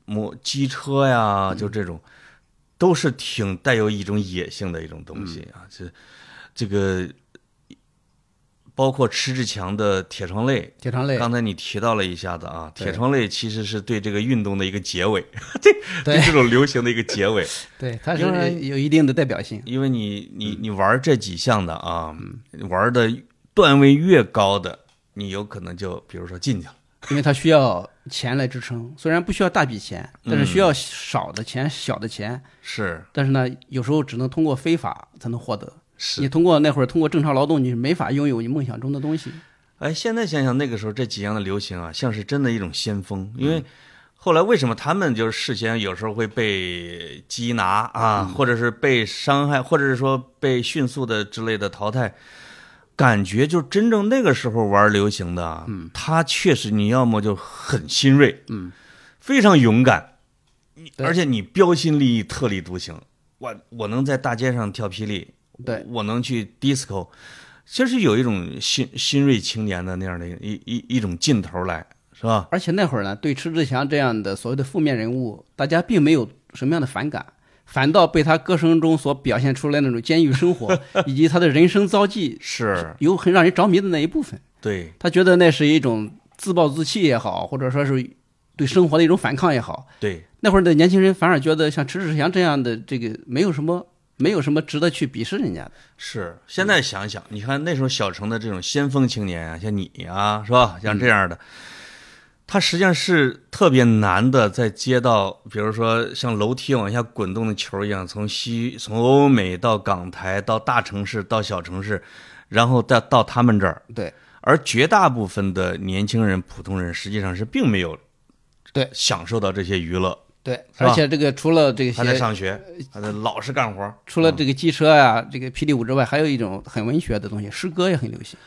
摩机车呀、就这种，都是挺带有一种野性的一种东西啊。这这个包括迟志强的《铁窗泪》，铁肠类，刚才你提到了一下子啊，对铁窗泪其实是对这个运动的一个结尾， *laughs* 对这种流行的一个结尾，对，它因为呃是有一定的代表性。因为你你你玩这几项的啊，玩的段位越高的，你有可能就比如说进去了，因为它需要钱来支撑，虽然不需要大笔钱，但是需要少的钱、小的钱，是但是呢，有时候只能通过非法才能获得。你是。通过那会儿通过正常劳动，你是没法拥有你梦想中的东西。哎，现在想想那个时候这几样的流行啊，像是真的一种先锋，因为。后来为什么他们就是事先有时候会被缉拿啊，或者是被伤害，或者是说被迅速的之类的淘汰？感觉就真正那个时候玩流行的，嗯，他确实你要么就很新锐，嗯，非常勇敢，你对而且你标新立异、特立独行。我我能在大街上跳霹雳，对我能去 disco，其实有一种新新锐青年的那样的一一一一种劲头来，是吧？而且那会儿呢，对迟志强这样的所谓的负面人物，大家并没有什么样的反感，反倒被他歌声中所表现出来那种监狱生活以及他的人生遭际，是有很让人着迷的那一部分。对，他觉得那是一种自暴自弃也好，或者说是对生活的一种反抗也好。对，那会儿的年轻人反而觉得像迟志强这样的这个没有什么没有什么值得去鄙视人家的。是。现在想想，你看那时候小城的这种先锋青年啊，像你啊，是吧？像这样的，他实际上是特别难的，在街道，比如说像楼梯往下滚动的球一样，从西从欧美到港台，到大城市，到小城市，然后再到他们这儿。对而绝大部分的年轻人、普通人，实际上是并没有对享受到这些娱乐。对，是吧而且这个除了这他在些，呃上嗯学，他在老实干活。除了这个机车呀、这个霹雳舞之外，还有一种很文学的东西，诗歌也很流行。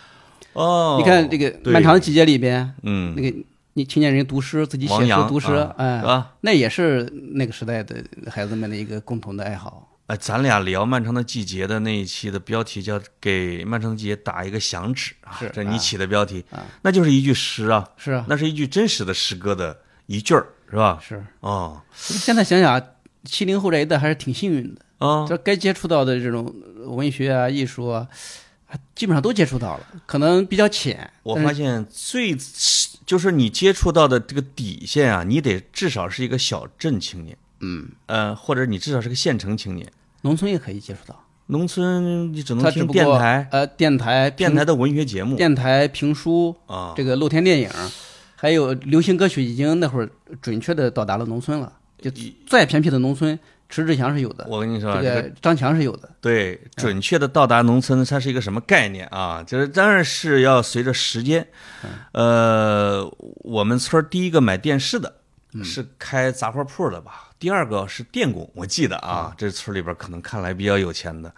哦，呃你看这个《对漫长的季节》里边，嗯那个你青年人读诗，自己写王诗阳读诗啊，哎是吧，那也是那个时代的孩子们的一个共同的爱好。哎，咱俩聊《漫长的季节》的那一期的标题叫“给《漫长的季节》打一个响指”啊是，这你啊起的标题，那就是一句诗啊，是啊，那是一句真实的诗歌的一句儿，是吧？是。哦现在想想，七零后这一代还是挺幸运的。啊，这该接触到的这种文学啊、艺术啊，还基本上都接触到了，可能比较浅。我但是发现最就是你接触到的这个底线啊，你得至少是一个小镇青年，嗯，呃，或者你至少是个县城青年，农村也可以接触到，农村你只能它只听不过电台、呃电台、电评台的文学节目电台评书啊这个露天电影，还有流行歌曲，已经那会儿准确的到达了农村了。就再偏僻的农村，迟志强是有的，我跟你说啊，这这个个张强是有的，对，准确的到达农村，它是一个什么概念啊？就是当然是要随着时间，呃，我们村儿第一个买电视的是开杂货铺的吧？第二个是电工，我记得啊，这村里边可能看来比较有钱的，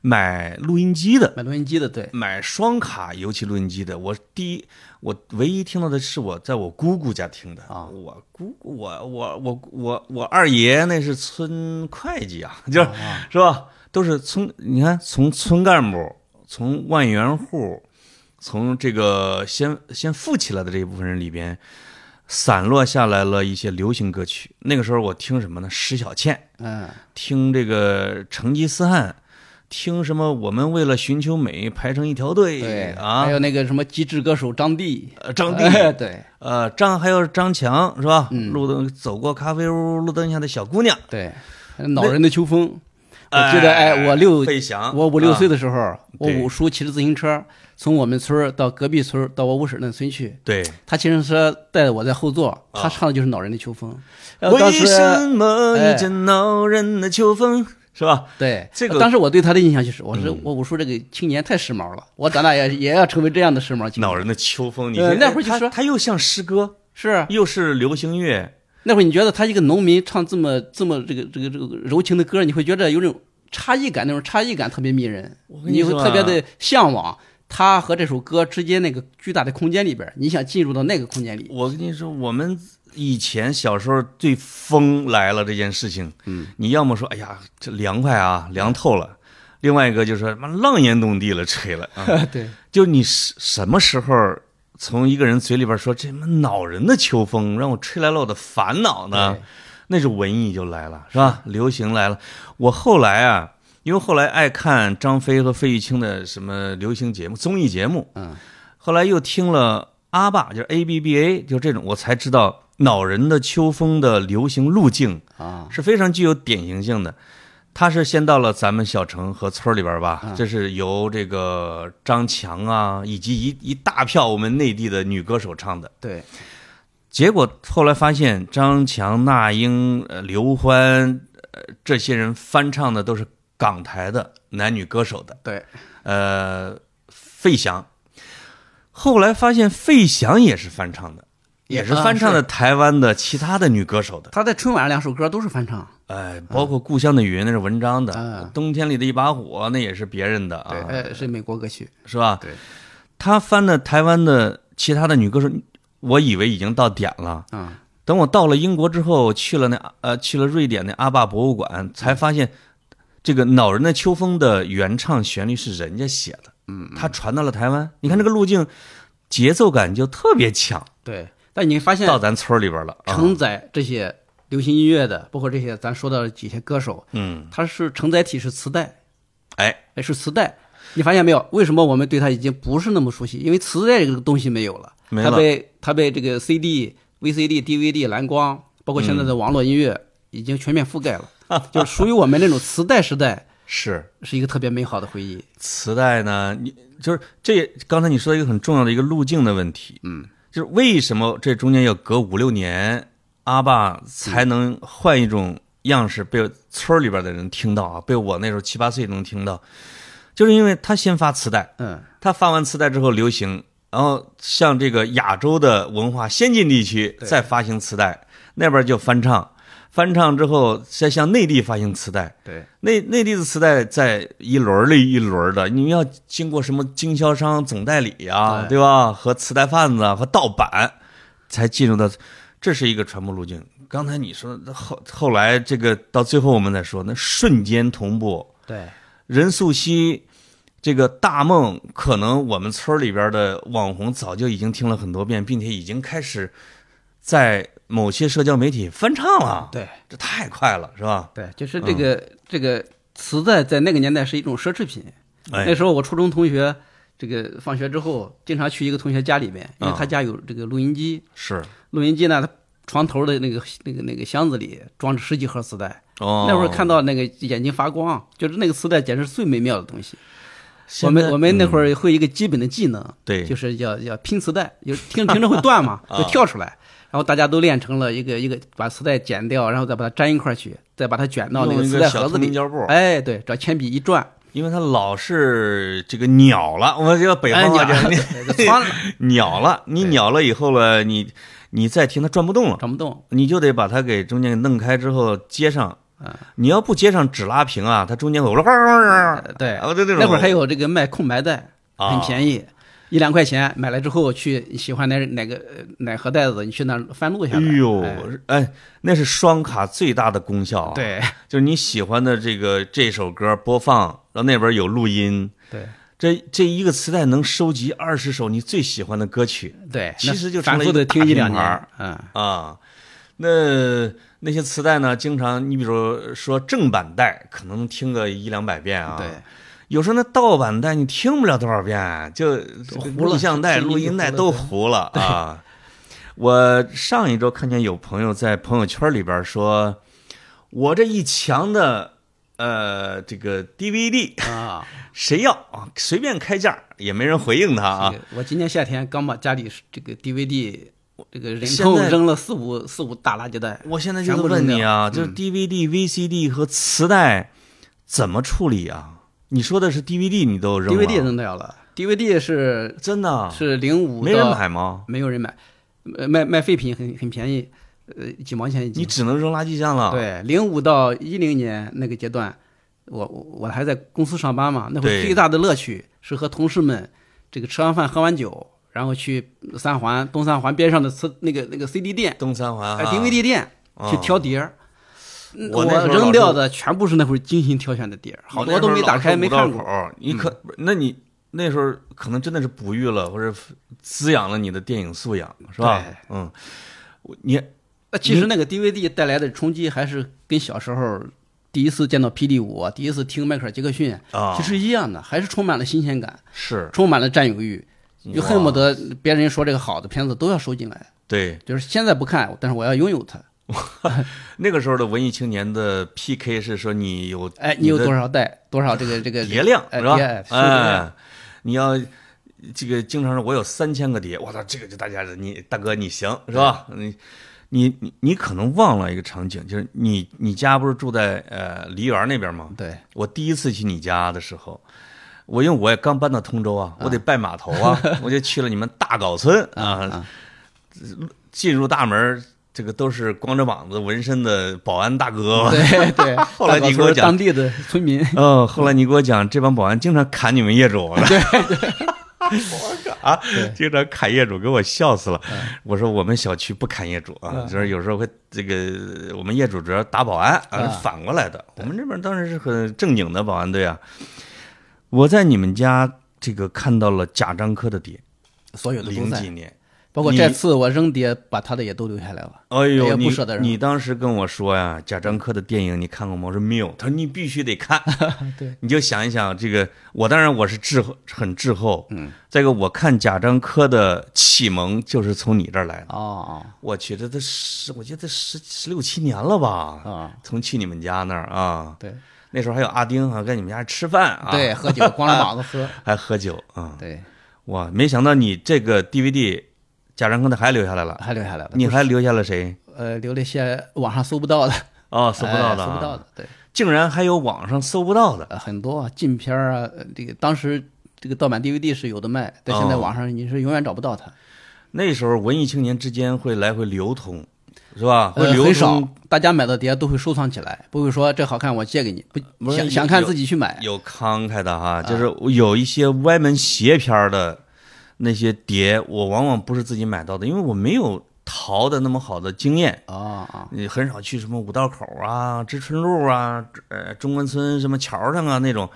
买录音机的，买录音机的，对，买双卡油漆录音机的，我第一我唯一听到的是我在我姑姑家听的啊我姑姑我我我我我二爷那是村会计啊，就是、是吧？都是村，你看从村干部，从万元户，从这个先先富起来的这一部分人里边，散落下来了一些流行歌曲。那个时候我听什么呢？石小倩，嗯，听这个成吉思汗，听什么？我们为了寻求美排成一条队，对啊还，有那个什么机智歌手张帝，呃张帝，哎 *laughs* 对呃，张还有张强是吧？嗯路灯走过咖啡屋，路灯下的小姑娘，对，还有恼人的秋风。我记得，哎，我六费翔，我五六岁的，的时候，我啊对五叔骑着自行车从我们村儿到隔壁村儿到我五婶那村去，对，他骑自行车带着我在后座，啊他唱的就是《恼人的秋风》。然后为当时，什么一阵恼人的秋风是吧？对，这个嗯当时我对他的印象就是，我说我五叔这个青年太时髦了，我长大也也要成为这样的时髦青恼年。人的秋风，你呃看那会儿就他说他又像诗歌，是啊又是流行乐，那会儿你觉得他一个农民唱这么这么这个这个这个柔情的歌，你会觉得有种差异感，那种差异感特别迷人，我跟你你会说啊特别的向往。他和这首歌之间那个巨大的空间里边，你想进入到那个空间里，我跟你说，我们以前小时候对风来了这件事情，嗯，你要么说，哎呀，这凉快啊，凉透了；另外一个就是妈浪烟动地了，吹了。啊 *laughs* 对，就你什什么时候从一个人嘴里边说这么恼人的秋风，让我吹来了我的烦恼呢对？那是文艺就来了，是吧？流行来了。我后来啊，因为后来爱看张飞和费玉清的什么流行节目、综艺节目，嗯，后来又听了阿爸，就是 A B B A，就这种，我才知道恼人的秋风的流行路径啊，是非常具有典型性的。他是先到了咱们小城和村儿里边儿嗯吧，这是由这个张强啊，以及一一大票我们内地的女歌手唱的。对，结果后来发现，张强、那英、呃刘欢、呃这些人翻唱的都是港台的男女歌手的。对，呃，费翔。后来发现费翔也是翻唱的，也是啊翻唱的是台湾的其他的女歌手的，他在春晚上两首歌都是翻唱，哎，包括《故乡的云》那是文章的啊， 《冬天里的一把火》那也是别人的对，啊，呃，是美国歌曲，是吧？对，他翻的台湾的其他的女歌手，我以为已经到点了。啊，等我到了英国之后，去了那呃去了瑞典那阿坝博物馆，嗯才发现这个《恼人的秋风》的原唱旋律是人家写的，嗯，他传到了台湾。你看这个路径，节奏感就特别强，对。但你会发现，到咱村儿里边了。啊承载这些流行音乐的，包括这些咱说到的几些歌手，嗯，它是承载体是磁带，哎，哎，是磁带。你发现没有？为什么我们对它已经不是那么熟悉？因为磁带这个东西没有了，没它了被它被这个 CD、VCD、DVD、蓝光，包括现嗯在的网络音乐，已经全面覆盖了。就是属于我们那种磁带时代，是是一个特别美好的回忆。磁带呢？你就是这刚才你说一个很重要的一个路径的问题，嗯，就是为什么这中间要隔五六年，阿爸才能换一种样式被村儿里边的人听到啊？被我那时候七八岁能听到，就是因为他先发磁带，嗯，他发完磁带之后流行，然后像这个亚洲的文化先进地区再发行磁带，那边就翻唱，翻唱之后再向内地发行磁带。对，内内地的磁带在一轮儿里一轮儿的，你要经过什么经销商、总代理呀、对对吧？和磁带贩子啊和盗版，才进入到，这是一个传播路径。刚才你说的后后来这个到最后我们再说，那瞬间同步，对，任素汐，这个大梦，可能我们村儿里边的网红早就已经听了很多遍，并且已经开始在某些社交媒体翻唱了。，对，这太快了，是吧？对，就是嗯这个、这个磁带在那个年代是一种奢侈品。那哎，时候我初中同学，这个放学之后经常去一个同学家里边，因为啊他家有这个录音机，是录音机呢，他床头的那个那个那个箱子里装着十几盒磁带。哦，那会儿看到那个眼睛发光，就是那个磁带简直是最美妙的东西。我现在们我们那会儿会有一个基本的技能，嗯对啊就是要要拼磁带，就是听着听着会断 *laughs* 嘛，就跳出来，然后大家都练成了一个一个把磁带剪掉，然后再把它粘一块儿去，再把它卷到那弄一个磁带小盒子透明里胶布。哎，对，找铅笔一转，因为它老是这个鸟了，我们这个北哎，方 *laughs* 你话讲、就窜了。鸟了，你鸟了以后了，你你再停它转不动了，转不动，你就得把它给中间给弄开之后接上嗯。你要不接上只拉平啊，它中间有呃对，啊对对那会儿还有这个卖空白带，啊很便宜，一两块钱买来之后去你喜欢哪哪个呃哪盒袋子，你去那儿翻录一下哎来。呦哎，哎，那是双卡最大的功效啊！，对就是你喜欢的这个这首歌播放，然后那边有录音，对这这一个磁带能收集二十首你最喜欢的歌曲对，其实就那成了反复的一个听大一两拼盘年儿，嗯，啊。那那些磁带呢，经常你比如说正版带，可能听个一两百遍啊。对。有时候那盗版带你听不了多少遍，就这个糊了录像带、这这录音带都这糊了啊！我上一周看见有朋友在朋友圈里边说，我这一墙的呃这个 DVD 啊，谁要啊？随便开价，也没人回应他啊这。个我今年夏天刚把家里这个 DVD 这个人现头在扔了四五四五大垃圾袋，我现在就全是部问扔你啊，就掉是嗯 DVD、VCD 和磁带怎么处理啊？你说的是 DVD 你都扔了 DVD 扔掉了，DVD 是真的啊是零五没人买吗？没有人买，呃卖卖废品很很便宜，呃，几毛钱一你啊斤。只能扔垃圾箱了。对，零五到一零年那个阶段，我我我还在公司上班嘛，那会对儿最大的乐趣是和同事们这个吃完饭喝完酒，然后去三环东三环边上的磁那个那个 CD 店、东三环啊呃 DVD 店哦去挑碟儿。嗯我我那时候老扔是掉的全部是那会儿精心挑选的碟儿，好多都没打开，没看过。。嗯你可、那你那时候可能真的是哺育了或者滋养了你的电影素养，是吧对？嗯，我你那嗯其实那个 DVD 带来的冲击还是跟小时候第一次见到霹雳舞啊，第一次听迈克尔·杰克逊啊其实一样的，还是充满了新鲜感，是充满了占有欲，就哇恨不得别人说这个好的片子都要收进来。对就是现在不看，但是我要拥有它。那个时候的文艺青年的 PK 是说你有哎，你有的多少代，多少这个这个碟量哎，是吧碟哎？是这样哎，你要这个经常说，我有三千个碟，我操，这个就大家你大哥你行是吧？你你你你可能忘了一个场景，就是你你家不是住在呃梨园那边吗？对，我第一次去你家的时候，我因为我也刚搬到通州啊，我得拜码头 *laughs* 啊，我就去了你们大镐村 *laughs* 啊，进入大门。这个都是光着膀子纹身的保安大 *laughs* 哥，对对。后来你给我讲大搞村当地的村民， *laughs* 哦，后来你给我讲，这帮保安经常砍你们业主，对，我靠 *laughs* 啊，经常砍业主，给我笑死了。嗯我说我们小区不砍业主啊，就是有时候会这个，我们业主主要打保安啊，啊是反过来的。我们这边当然是很正经的保安队啊。我在你们家这个看到了贾樟柯的碟，所有的都零在几，年。包括你这次我扔碟，把他的也都留下来了。哎也呦，不你舍得扔你当时跟我说呀，贾樟柯的电影你看过吗？我说没有。他说你必须得看。对，你就想一想这个，我当然我是滞后，很滞后。嗯，再一个我看贾樟柯的启蒙就是从你这儿来的。哦我去，这都十，我觉得十十六七年了吧？哦，啊，从去你们家那儿啊，对那时候还有阿丁啊，跟你们家吃饭啊，对，，喝酒光着膀子 *laughs* 喝，还喝酒啊。对，哇，没想到你这个 DVD 贾樟柯的还留下来了，还留下来了。你还留下了谁？呃，留了一些网上搜不到的，哦， *laughs* 搜不到的、哎搜不到的，，对，竟然还有网上搜不到的。呃，很多啊，禁片儿啊，呃这个当时这个盗版 DVD 是有的卖，但现在哦网上你是永远找不到它，那时候文艺青年之间会来回流通，是吧？啊会呃，流很通少，大家买的碟都会收藏起来，不会说这好看我借给你，不不是想有想看自己去买，有慷慨的哈，就是有一些歪门邪片儿的那些碟，我往往不是自己买到的，因为我没有淘的那么好的经验。哦啊，你很少去什么五道口啊、知春路啊、呃中关村什么桥上啊那种，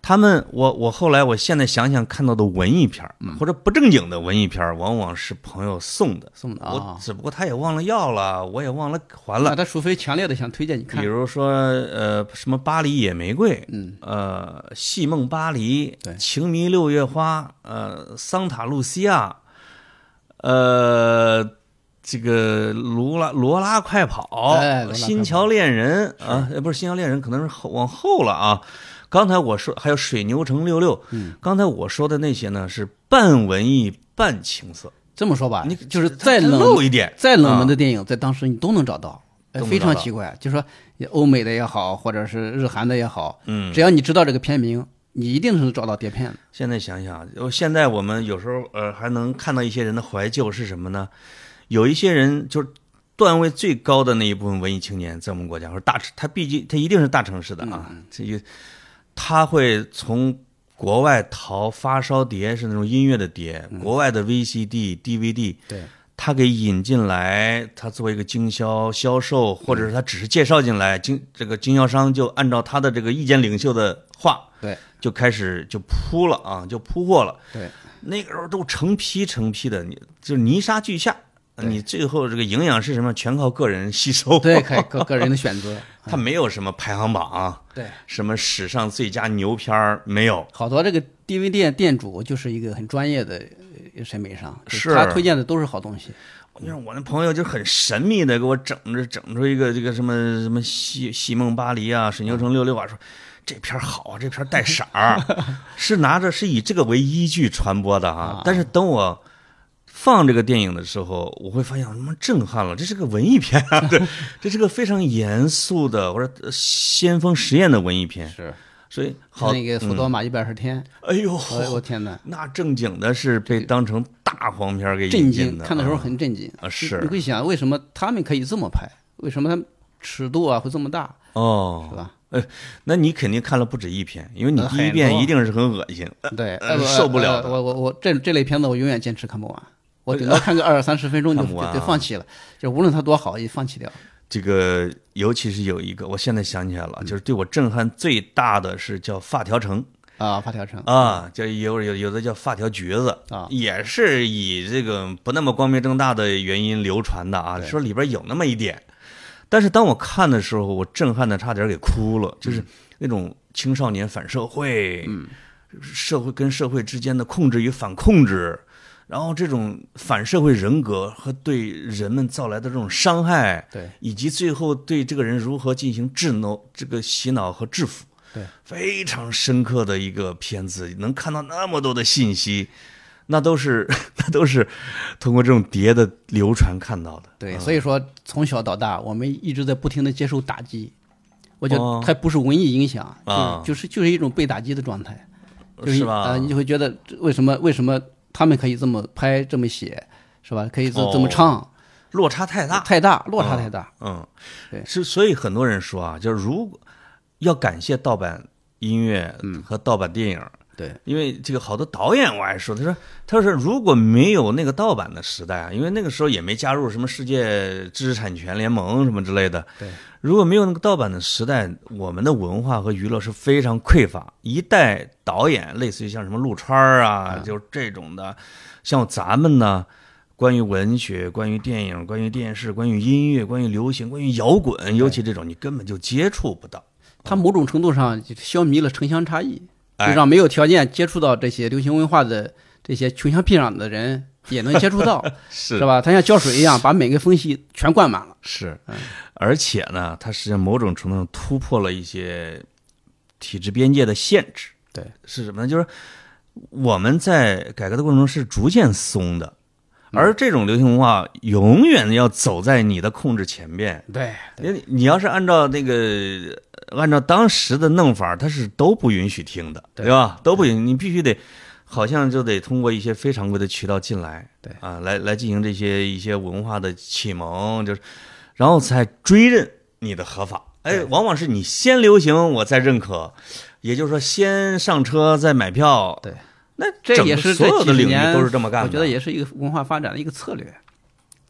他们我我后来我现在想想看到的文艺片儿、或者不正经的文艺片儿，往往是朋友送的，送的我啊，只不过他也忘了要了，我也忘了还了那。他除非强烈的想推荐你比看，如说呃什么巴黎野玫瑰，嗯，呃戏梦巴黎，对情迷六月花，呃桑塔露西亚，呃这个罗拉罗拉快跑，哎罗拉快跑新桥恋人啊，呃不是新桥恋人，可能是后往后了啊。刚才我说还有水牛城六六，嗯，刚才我说的那些呢是半文艺半情色，这么说吧，你就是它再它冷露一点，再冷门的啊电影，在当时你都能找到，呃都能非常找到奇怪。就说欧美的也好，或者是日韩的也好，嗯只要你知道这个片名，你一定是能找到碟片的。现在想想，呃现在我们有时候呃还能看到一些人的怀旧是什么呢？有一些人就是段位最高的那一部分文艺青年，在我们国家或者大城，他毕竟他一定是大城市的啊，这一他会从国外淘发烧碟，是那种音乐的碟，国外的 VCD、DVD，对，他给引进来，他作为一个经销销售，或者是他只是介绍进来，经这个经销商就按照他的这个意见领袖的话，对，就开始就铺了啊，就铺货了。对，那个时候都成批成批的，你就是泥沙俱下，你最后这个营养是什么，全靠个人吸收。对，看个个人的选 *laughs* 择，他没有什么排行榜啊，对，什么史上最佳牛片儿没有。好多这个 DV 店店主就是一个很专业的呃审美上，就是他推荐的都是好东西，你看我那朋友就很神秘的给我整着整出一个这个什么什么西西梦巴黎啊，嗯水牛城六六啊，说这片儿好啊，这片儿带色 *laughs* 儿，是拿着是以这个为依据传播的啊。但是等我放这个电影的时候，我会发现我他妈震撼了，这是个文艺片啊， *laughs* 对，这是个非常严肃的或者呃先锋实验的文艺片，是所以好好那个《嗯索多玛一百二十天》哎呦，我我天哪，那正经的是被当成大黄片儿给震引惊！进的，看的时候啊很震惊啊是你会想为什么他们可以这么拍？为什么他们尺度啊会这么大，哦，是吧？那你肯定看了不止一篇，因为你呃第一很遍多一定是很恶心。 *laughs* 呃对，呃呃受不了的哎呃我我我这这类片子我永远坚持看不完，我顶多看个二三十分钟就看不完啊就就放弃了，就无论它多好也放弃掉。这个尤其是有一个，我现在想起来嗯了，就是对我震撼最大的是叫《发条城啊，发条城》啊，叫有有有的叫《发条橘子》啊也是以这个不那么光明正大的原因流传的啊，说里边有那么一点。但是当我看的时候，我震撼的差点给哭了，就是那种青少年反社会，社会跟社会之间的控制与反控制，然后这种反社会人格和对人们造来的这种伤害，对，以及最后对这个人如何进行智脑这个洗脑和制服，对，非常深刻的一个片子，能看到那么多的信息，那都是 *laughs* 那都是通过这种碟的流传看到的，对，所以说从小到大，我们一直在不停的接受打击，我觉哦得还不是文艺影响，啊就是就是就是一种被打击的状态，就是是吧？啊、你就会觉得这为什么为什么他们可以这么拍这么写，是吧？可以这、这么哦唱，落差太大，太大落差太大，嗯，对是所以很多人说啊，就是如果要感谢盗版音乐嗯和盗版电影，对因为这个好多导演我还说，他说他说如果没有那个盗版的时代啊，因为那个时候也没加入什么世界知识产权联盟什么之类的，对，如果没有那个盗版的时代，我们的文化和娱乐是非常匮乏。一代导演，类似于像什么陆川儿啊，就是这种的，像咱们呢，关于文学、关于电影、关于电视、关于音乐、关于流行、关于摇滚，尤其这种你根本就接触不到。它某种程度上就消弭了城乡差异，就哎让没有条件接触到这些流行文化的这些穷乡僻壤的人也能接触到， *laughs* 是是吧？它像浇水一样，把每个缝隙全灌满了。是，而且呢，它实际上某种程度上突破了一些体制边界的限制。对，是什么呢？就是我们在改革的过程中是逐渐松的，而这种流行文化永远要走在你的控制前面。对，你你要是按照那个按照当时的弄法，它是都不允许听的，对对吧？都不允许，你必须得。好像就得通过一些非常规的渠道进来，对啊，来来进行这些一些文化的启蒙，就是，然后才追认你的合法。哎，往往是你先流行，我再认可，也就是说先上车再买票。对，那这整也个是所这有的几十领域年都是这么干的，啊我觉得也是一个文化发展的一个策略，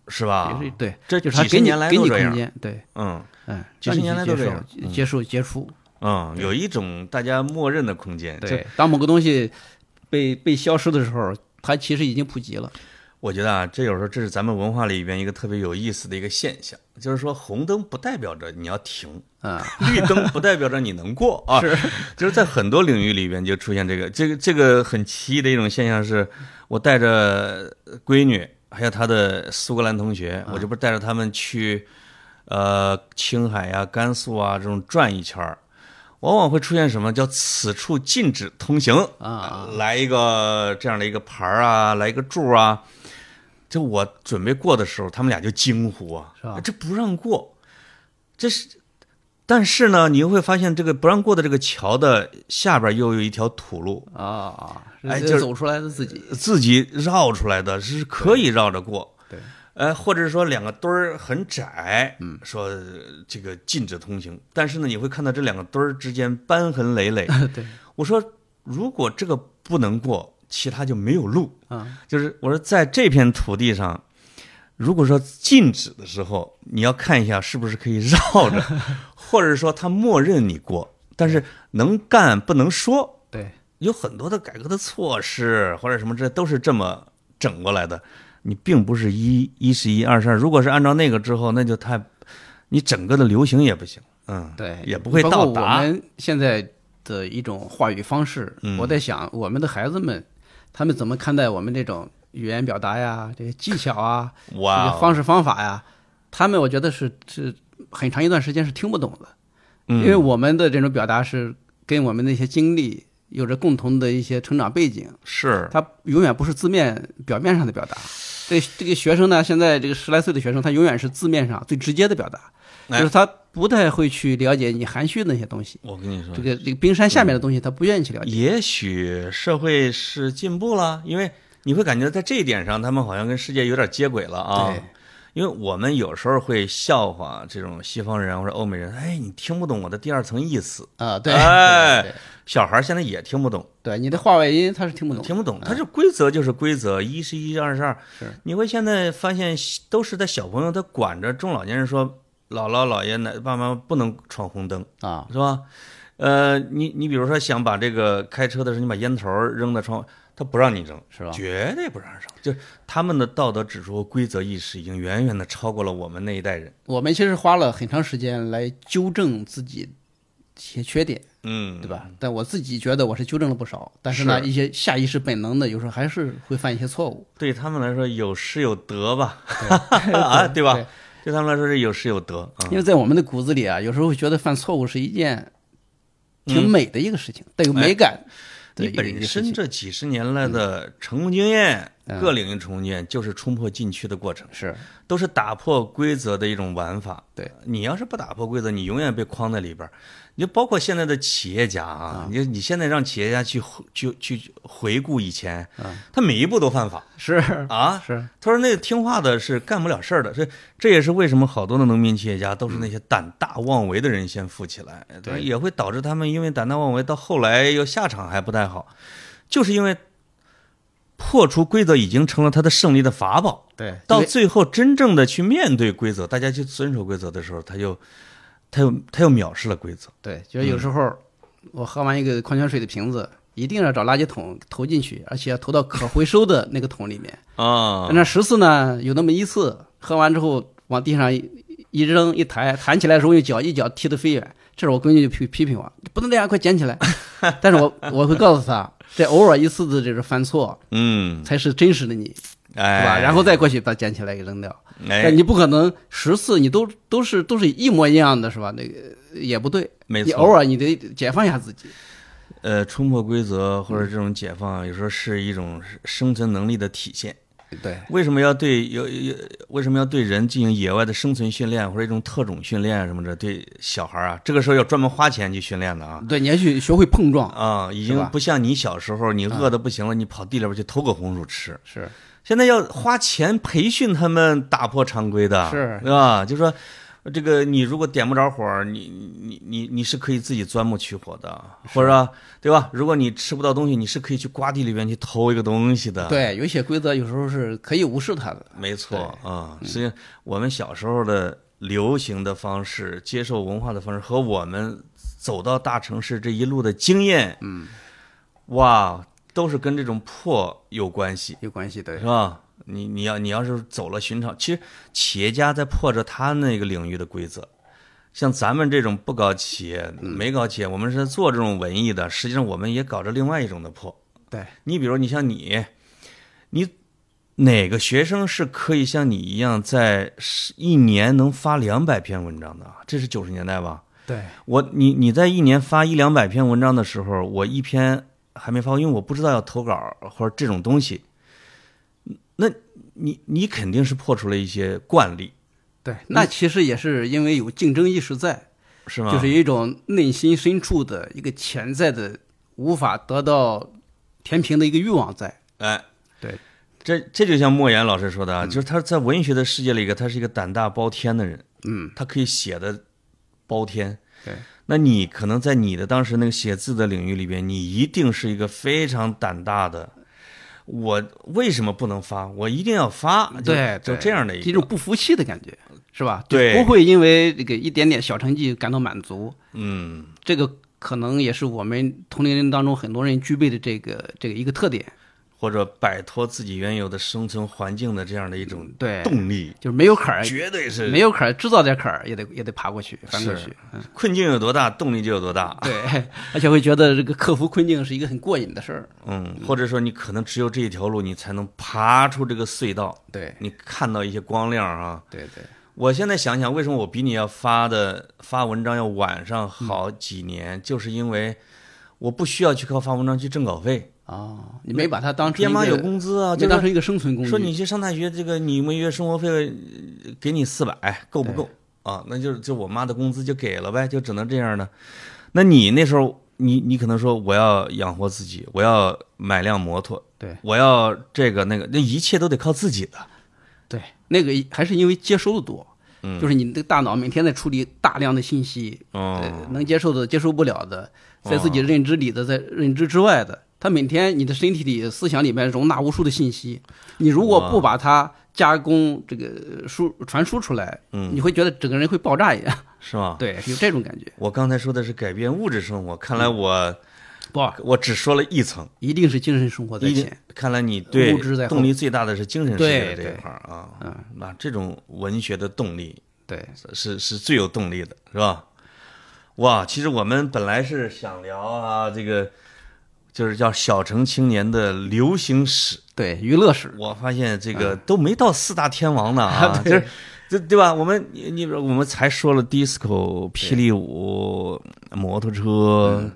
是吧也是？对，这就是它几十给你年来给都你这样空间，对，嗯嗯，几十年来让都你这去样接受、接受、接触。嗯，有一种大家默认的空间，就对，当某个东西被被消失的时候，它其实已经普及了。我觉得啊，这有时候这是咱们文化里边一个特别有意思的一个现象，就是说红灯不代表着你要停，嗯， *laughs* 绿灯不代表着你能过啊。是， *laughs* 就是在很多领域里边就出现这个，这个这个很奇异的一种现象是，我带着闺女还有她的苏格兰同学，我这不是带着他们去，呃，青海呀、甘肃啊这种转一圈儿。往往会出现什么叫“此处禁止通行”呃啊，来一个这样的一个牌儿啊，来一个柱儿啊，就我准备过的时候，他们俩就惊呼啊，是吧这不让过，这是。但是呢，你又会发现这个不让过的这个桥的下边又有一条土路，啊啊，哎这就是走出来的自己。自己绕出来的，是可以绕着过。对，呃，或者是说两个墩儿很窄，嗯，说呃这个禁止通行，但是呢，你会看到这两个墩儿之间斑痕累累。 *laughs* 对，我说，如果这个不能过，其他就没有路。啊，就是我说，在这片土地上，如果说禁止的时候，你要看一下是不是可以绕 *laughs* 着，或者说他默认你过，但是能干不能说，对，有很多的改革的措施或者什么之类，都是这么整过来的。你并不是一一十一二十二，如果是按照那个之后，那就太，你整个的流行也不行，嗯，对，也不会包括到我达，们现在的一种话语方式，嗯我在想，我们的孩子们，他们怎么看待我们这种语言表达呀，这些技巧啊，这哇些哦，方式方法呀，他们我觉得是是很长一段时间是听不懂的，嗯因为我们的这种表达是跟我们的一些经历有着共同的一些成长背景，是，它永远不是字面表面上的表达。对这个学生呢，现在这个十来岁的学生，他永远是字面上最直接的表达，哎就是他不太会去了解你含蓄的那些东西。我跟你说这，个这个冰山下面的东西，他不愿意去了解。也许社会是进步了，因为你会感觉在这一点上，他们好像跟世界有点接轨了啊对。因为我们有时候会笑话这种西方人或者欧美人，哎，你听不懂我的第二层意思。啊，对，哎对对小孩现在也听不懂，对，你的话外音他是听不懂的，听不懂，它是规则就是规则，一是一，二是二。是你会现在发现都是在小朋友他管着中老年人说，姥姥姥爷奶爸妈不能闯红灯，啊，是吧？呃，你你比如说想把这个开车的时候，你把烟头扔在窗，他不让你扔，是吧绝对不让扔，就是他们的道德指数和规则意识已经远远的超过了我们那一代人。我们其实花了很长时间来纠正自己一些缺点，嗯，对？吧？但我自己觉得我是纠正了不少，但是呢，是一些下意识本能的，有时候还是会犯一些错误。对他们来说有失有得吧， *laughs* 啊，对吧对？对他们来说是有失有得啊因。为在我们的骨子里啊，有时候会觉得犯错误是一件挺美的一个事情，带有美感的你一个一本个事情嗯身这几十年来的成功经验，各领域成功经验就是冲破禁区的过程，是都是打破规则的一种玩法。对，你要是不打破规则，你永远被框在里边儿。你就包括现在的企业家啊，嗯你你现在让企业家去回去去回顾以前，嗯他每一步都犯法是啊。是，他说那听话的是干不了事儿的，所以这也是为什么好多的农民企业家都是那些胆大妄为的人先富起来，对也会导致他们因为胆大妄为到后来又下场还不太好，就是因为破除规则已经成了他的胜利的法宝，对，到因为最后真正的去面对规则，大家去遵守规则的时候，他就他又他又藐视了规则，对，就是有时候我喝完一个矿泉水的瓶子，一定要找垃圾桶投进去，而且要投到可回收的那个桶里面。啊但那十次呢，有那么一次喝完之后往地上一一扔一抬，弹起来的时候用脚一脚踢得飞远。这时候我闺女就批批评我，不能这样，快捡起来。 *laughs* 但是我我会告诉她，这偶尔一次的这种犯错嗯，才是真实的你，是哎，吧？然后再过去把它捡起来给扔掉。哎但，你不可能十次你都都是都是一模一样的，是吧？那个也不对，没你错，偶尔你得解放一下自己。呃，冲破规则或者这种解放，嗯有时候是一种生存能力的体现。对，为什么要对有有为什么要对人进行野外的生存训练或者一种特种训练啊什么的？对小孩啊，这个时候要专门花钱去训练的啊对，你要去学会碰撞。啊！已嗯是经吧不像你小时候，你饿的不行了，你跑地里边去偷个红薯吃。是现在要花钱培训他们打破常规的，是对吧？就说这个，你如果点不着火儿，你你你你是可以自己钻木取火的，或者说对吧？如果你吃不到东西，你是可以去瓜地里边去偷一个东西的。，对，有一些规则有时候是可以无视它的。嗯没错啊，实际上我们小时候的流行的方式、接受文化的方式和我们走到大城市这一路的经验，嗯，哇，都是跟这种破有关系。有关系，对是，吧？你你要你要是走了寻常，其实企业家在破着他那个领域的规则。像咱们这种不搞企业、嗯没搞企业，我们是做这种文艺的，实际上我们也搞着另外一种的破。对，你比如，你像你，你哪个学生是可以像你一样在十一年能发两百篇文章的啊？这是九十年代吧？对，我你你在一年发一两百篇文章的时候，我一篇还没发过，因为我不知道要投稿或者这种东西。那你你肯定是破除了一些惯例，对，那其实也是因为有竞争意识在，是吗？就是一种内心深处的一个潜在的无法得到填平的一个欲望在。哎，对，这这就像莫言老师说的啊，就是他在文学的世界里，个他是一个胆大包天的人，嗯，他可以写的包天。对，那你可能在你的当时那个写字的领域里边，你一定是一个非常胆大的。我为什么不能发？我一定要发，啊就对，就对这样的一一个种不服气的感觉，是吧？就对不会因为这个一点点小成绩感到满足，嗯，这个可能也是我们同龄人当中很多人具备的这个这个一个特点，或者摆脱自己原有的生存环境的这样的一种对，动力，就是没有坎儿，绝对是没有坎儿，制造点坎儿也得也得爬过去，翻过是去，嗯，困境有多大，动力就有多大。对， *laughs* 而且会觉得这个克服困境是一个很过瘾的事儿，嗯，或者说你可能只有这一条路，你才能爬出这个隧道，对，你看到一些光亮啊。对对，我现在想想，为什么我比你要发的发文章要晚上好几年，就是因为我不需要去靠发文章去挣稿费，哦，你没把它当成爹一妈个有工资啊，没就当成是一个生存工具，说你去上大学，这个你每月生活费呃给你四百，够不够啊？那就是就我妈的工资就给了呗，就只能这样的。那你那时候，你你可能说我要养活自己，我要买辆摩托，对我要这个那个，那一切都得靠自己的。对，那个还是因为接收的多，嗯，就是你的大脑每天在处理大量的信息，哦呃，能接受的、接受不了的，在自己认知里的、在认知之外的，它每天你的身体里、思想里面容纳无数的信息，你如果不把它加工、这个输传输出来，嗯你会觉得整个人会爆炸一样，是吗？，对， *laughs* 有这种感觉。我刚才说的是改变物质生活，看来我不，我只说了一层，一定是精神生活在一定前，看来你对物质在后动力最大的是精神世界的对这一对块儿啊。嗯，那这种文学的动力对，是是最有动力的，是吧？哇，其实我们本来是想聊啊，这个就是叫小城青年的流行史。对，娱乐史，我发现这嗯个都没到四大天 *laughs* 王呢啊，就是这对吧？我们你你我们才说了 disco、霹雳舞、摩托车，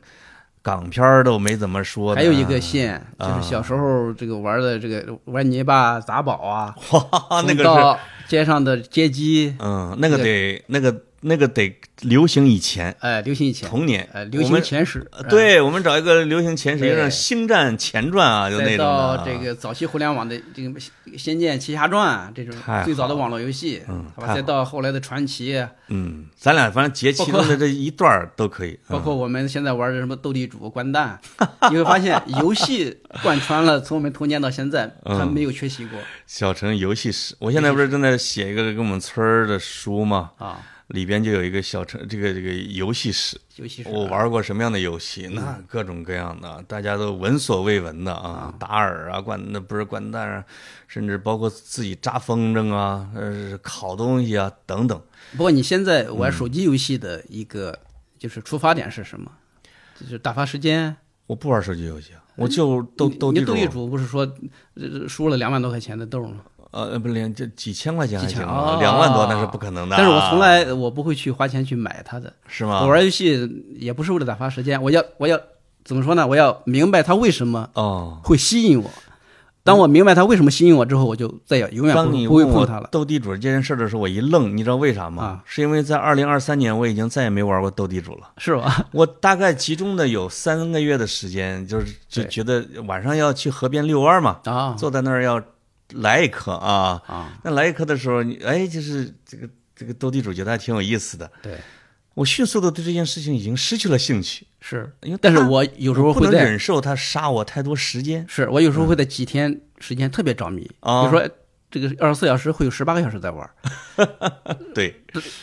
港片儿都没怎么说呢。啊嗯还有一个线，就是小时候这个玩的这个玩泥巴、砸宝啊， *laughs* 哇，那个从是到街上的街机，嗯，那个得那个那个得流行以前哎，流行以前，童年呃，流我们行前史，呃，对，我们找一个流行前史，有点《对星战前传》啊，就那哎再种的啊到这个早期互联网的这个《仙剑奇侠传》啊这种太好最早的网络游戏，嗯好吧，太再好到后来的传奇，嗯，咱俩反正截其中的这一段儿都可以，包嗯括我们现在玩的什么斗地主、关蛋， *laughs* 你会发现游戏贯穿了从我们童年到现在，嗯它没有缺席过小城游戏史。我现在不是正在写一个跟我们村儿的书吗？啊。里边就有一个小城这个这个游戏史，尤其是嗯我玩过什么样的游戏？那各种各样的，大家都闻所未闻的啊，打饵啊，灌那不是掼蛋啊，甚至包括自己扎风筝啊，呃，烤东西啊等等。不过你现在嗯玩手机游戏的一个就是出发点是什么？就是打发时间。我不玩手机游戏啊，我就斗嗯你斗你地斗主地。主不是说呃输了两万多块钱的豆吗？呃，呃不连这几千块钱还几行千啊，哦两万多那啊是不可能的啊。但是我从来我不会去花钱去买它的。是吗？我玩游戏也不是为了打发时间，我要我要怎么说呢？我要明白它为什么哦，会吸引我。当我明白它为什么吸引我之后，我就再也永远当不你不会问我碰它了。斗地主这件事儿的时候，我一愣，你知道为啥吗？啊是因为在二零二三年我已经再也没玩过斗地主了。是吧？我大概集中的有三个月的时间，就是就对觉得晚上要去河边遛弯嘛，啊坐在那儿要来一颗啊。啊，那来一颗的时候，你哎，就是这个这个斗地主觉得还挺有意思的。对，我迅速的对这件事情已经失去了兴趣，是。因为但是它我有时候不能会在忍受他杀我太多时间。是我有时候会在几天时间特别着迷，比嗯啊如说这个二十四小时会有十八个小时在玩。对，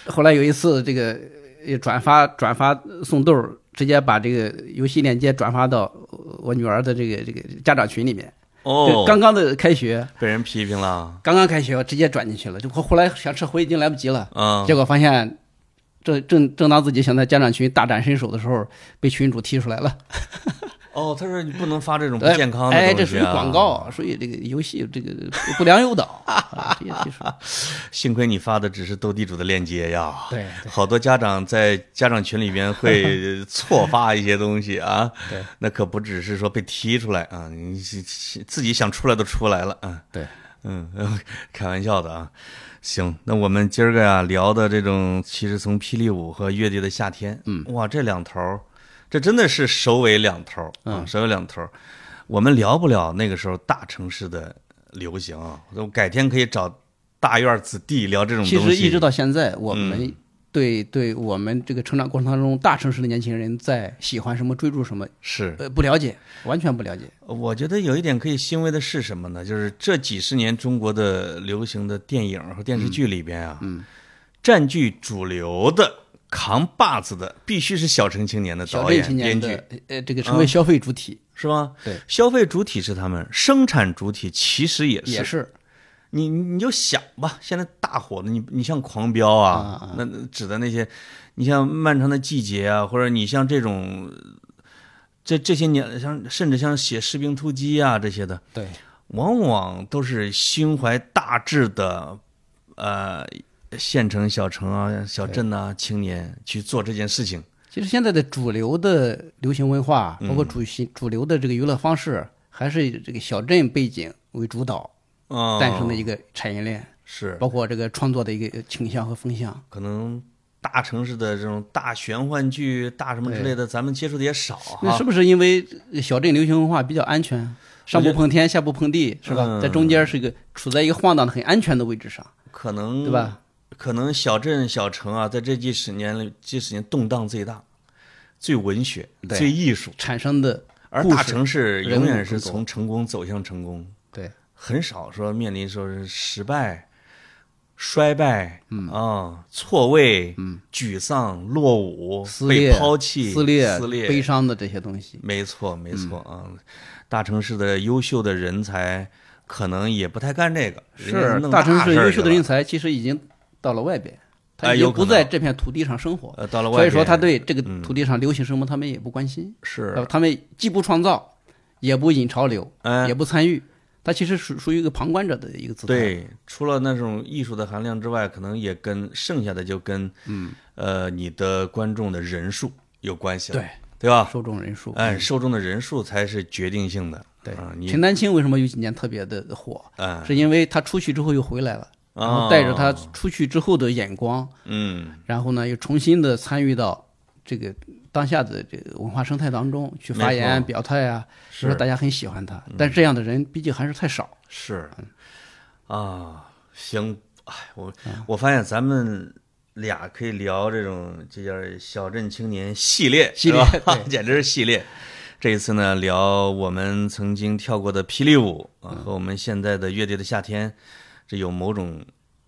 后来有一次，这个呃转发转发送豆儿，直接把这个游戏链接转发到我女儿的这个这个家长群里面。哦就，刚刚的开学，被人批评了，啊刚刚开学，我直接转进去了。就后后来想撤回已经来不及了，嗯，结果发现。正正正当自己想在家长群大展身手的时候，被群主踢出来了。哦，他说你不能发这种不哎健康的东西、啊哎，这属于广。告，属于这个游戏这个不良诱导。 *laughs* 啊直接踢出来幸亏你发的只是斗地主的链接呀。对对好多家长在家长群里边 *laughs* 会错发一些东西啊，对，那可不只是说被踢出来啊，你是是自己想出来都出来了啊，对，嗯， *laughs* 呃开玩笑的啊。行，那我们今儿个呀、聊的这种，其实从霹雳舞和乐队的夏天，嗯，哇，这两头儿，这真的是嗯首尾两头儿啊，首尾两头儿。我们聊不了那个时候大城市的流行啊。我改天可以找大院子弟聊这种嗯其东西。嗯实一直到现在，我们对、对我们这个成长过程当中，大城市的年轻人在喜欢什么、追逐什么，是，呃，不了解，完全不了解。我觉得有一点可以欣慰的是什么呢？就是这几十年中国的流行的电影和电视剧里边啊，嗯占据主流的扛把子的，必须是小城青年的小导镇演、青年编剧嗯的，呃，这个成为消费主体、是吗？对，消费主体是他们，生产主体其实也是。也是你你就想吧，现在大火的，你你像《狂飙》啊，啊啊那那指的那些，你像《漫长的季节》啊，或者你像这种，这这些年像甚至像写《士兵突击》啊这些的，对，往往都是心怀大志的，呃，县城、小城啊、小镇啊青年去做这件事情。其实现在的主流的流行文化，包嗯括主新主流的这个娱乐方式，还是以这个小镇背景为主导嗯，诞生的一个产业链，是包括这个创作的一个倾向和风向。可能大城市的这种大玄幻剧、大什么之类的，咱们接触的也少哈。那是不是因为呃小镇流行文化比较安全？上不碰天，下不碰地，是嗯吧？在中间是一个处在一个晃荡的很安全的位置上，可能对吧？可能小镇小城啊，在这几十年里，这十年动荡最大，最文学、对最艺术，产生的而故大事城市人永物远是更多从成功走向成功，对很少说面临说是失败、衰败，嗯啊，错位，嗯，沮丧、落伍、撕被裂、抛弃、撕裂、撕裂、悲伤的嗯这些东西，没错，没错啊、大城市的优秀的人才可能也不太干这个，人家是弄大城市事儿优去秀的了人才，其实已经到了外边，他哎已有经可不能在这片土地上生活，呃到了外所以说边他对这个嗯土地上流行什么，他们也不关心，呃是他们既不创造，也不引潮流，哎也不参与，他其实属属于一个旁观者的一个姿态。对，除了那种艺术的含量之外，可能也跟剩下的就跟嗯呃你的观众的人数有关系了，对，对吧？受众人数，哎，受众的人数才是决定性的。对啊，，你陈丹青为什么有几年特别的火？哎是因为他出去之后又回来了，然后带着他哦出去之后的眼光，嗯，然后呢又重新的参与到这个当下的这个文化生态当中去发没言、错表态啊，是嗯所以说大家很喜欢他。但是这样的人毕竟还是太少，是嗯啊，行，哎，我嗯我发现咱们俩可以聊这种这叫小镇青年系列系列是吧 *laughs* 对简直是系列。这一次呢，聊我们曾经跳过的霹雳舞啊，嗯和我们现在的乐队的夏天，这有某种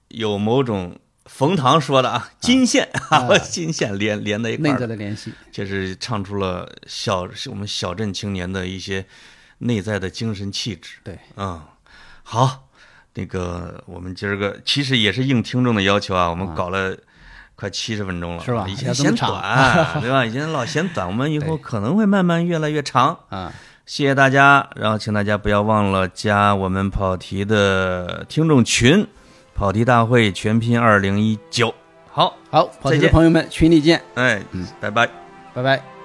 有某种冯唐说的啊，金线啊， *laughs* 金线连连在一块内儿了在的联系。这是唱出了小我们小镇青年的一些内在的精神气质。对，嗯，好，那个我们今儿个其实也是应听众的要求啊，我们搞了快七十分钟了，是吧以要前这么嫌 *laughs* 长短，对嗯吧？以前老嫌短，我们以后可能会慢慢越来越长。啊，谢谢大家，然后请大家不要忘了加我们跑题的听众群，跑题大会全拼二零一九。好，好，跑题再的见朋友们，群里见，哎，拜拜。拜拜。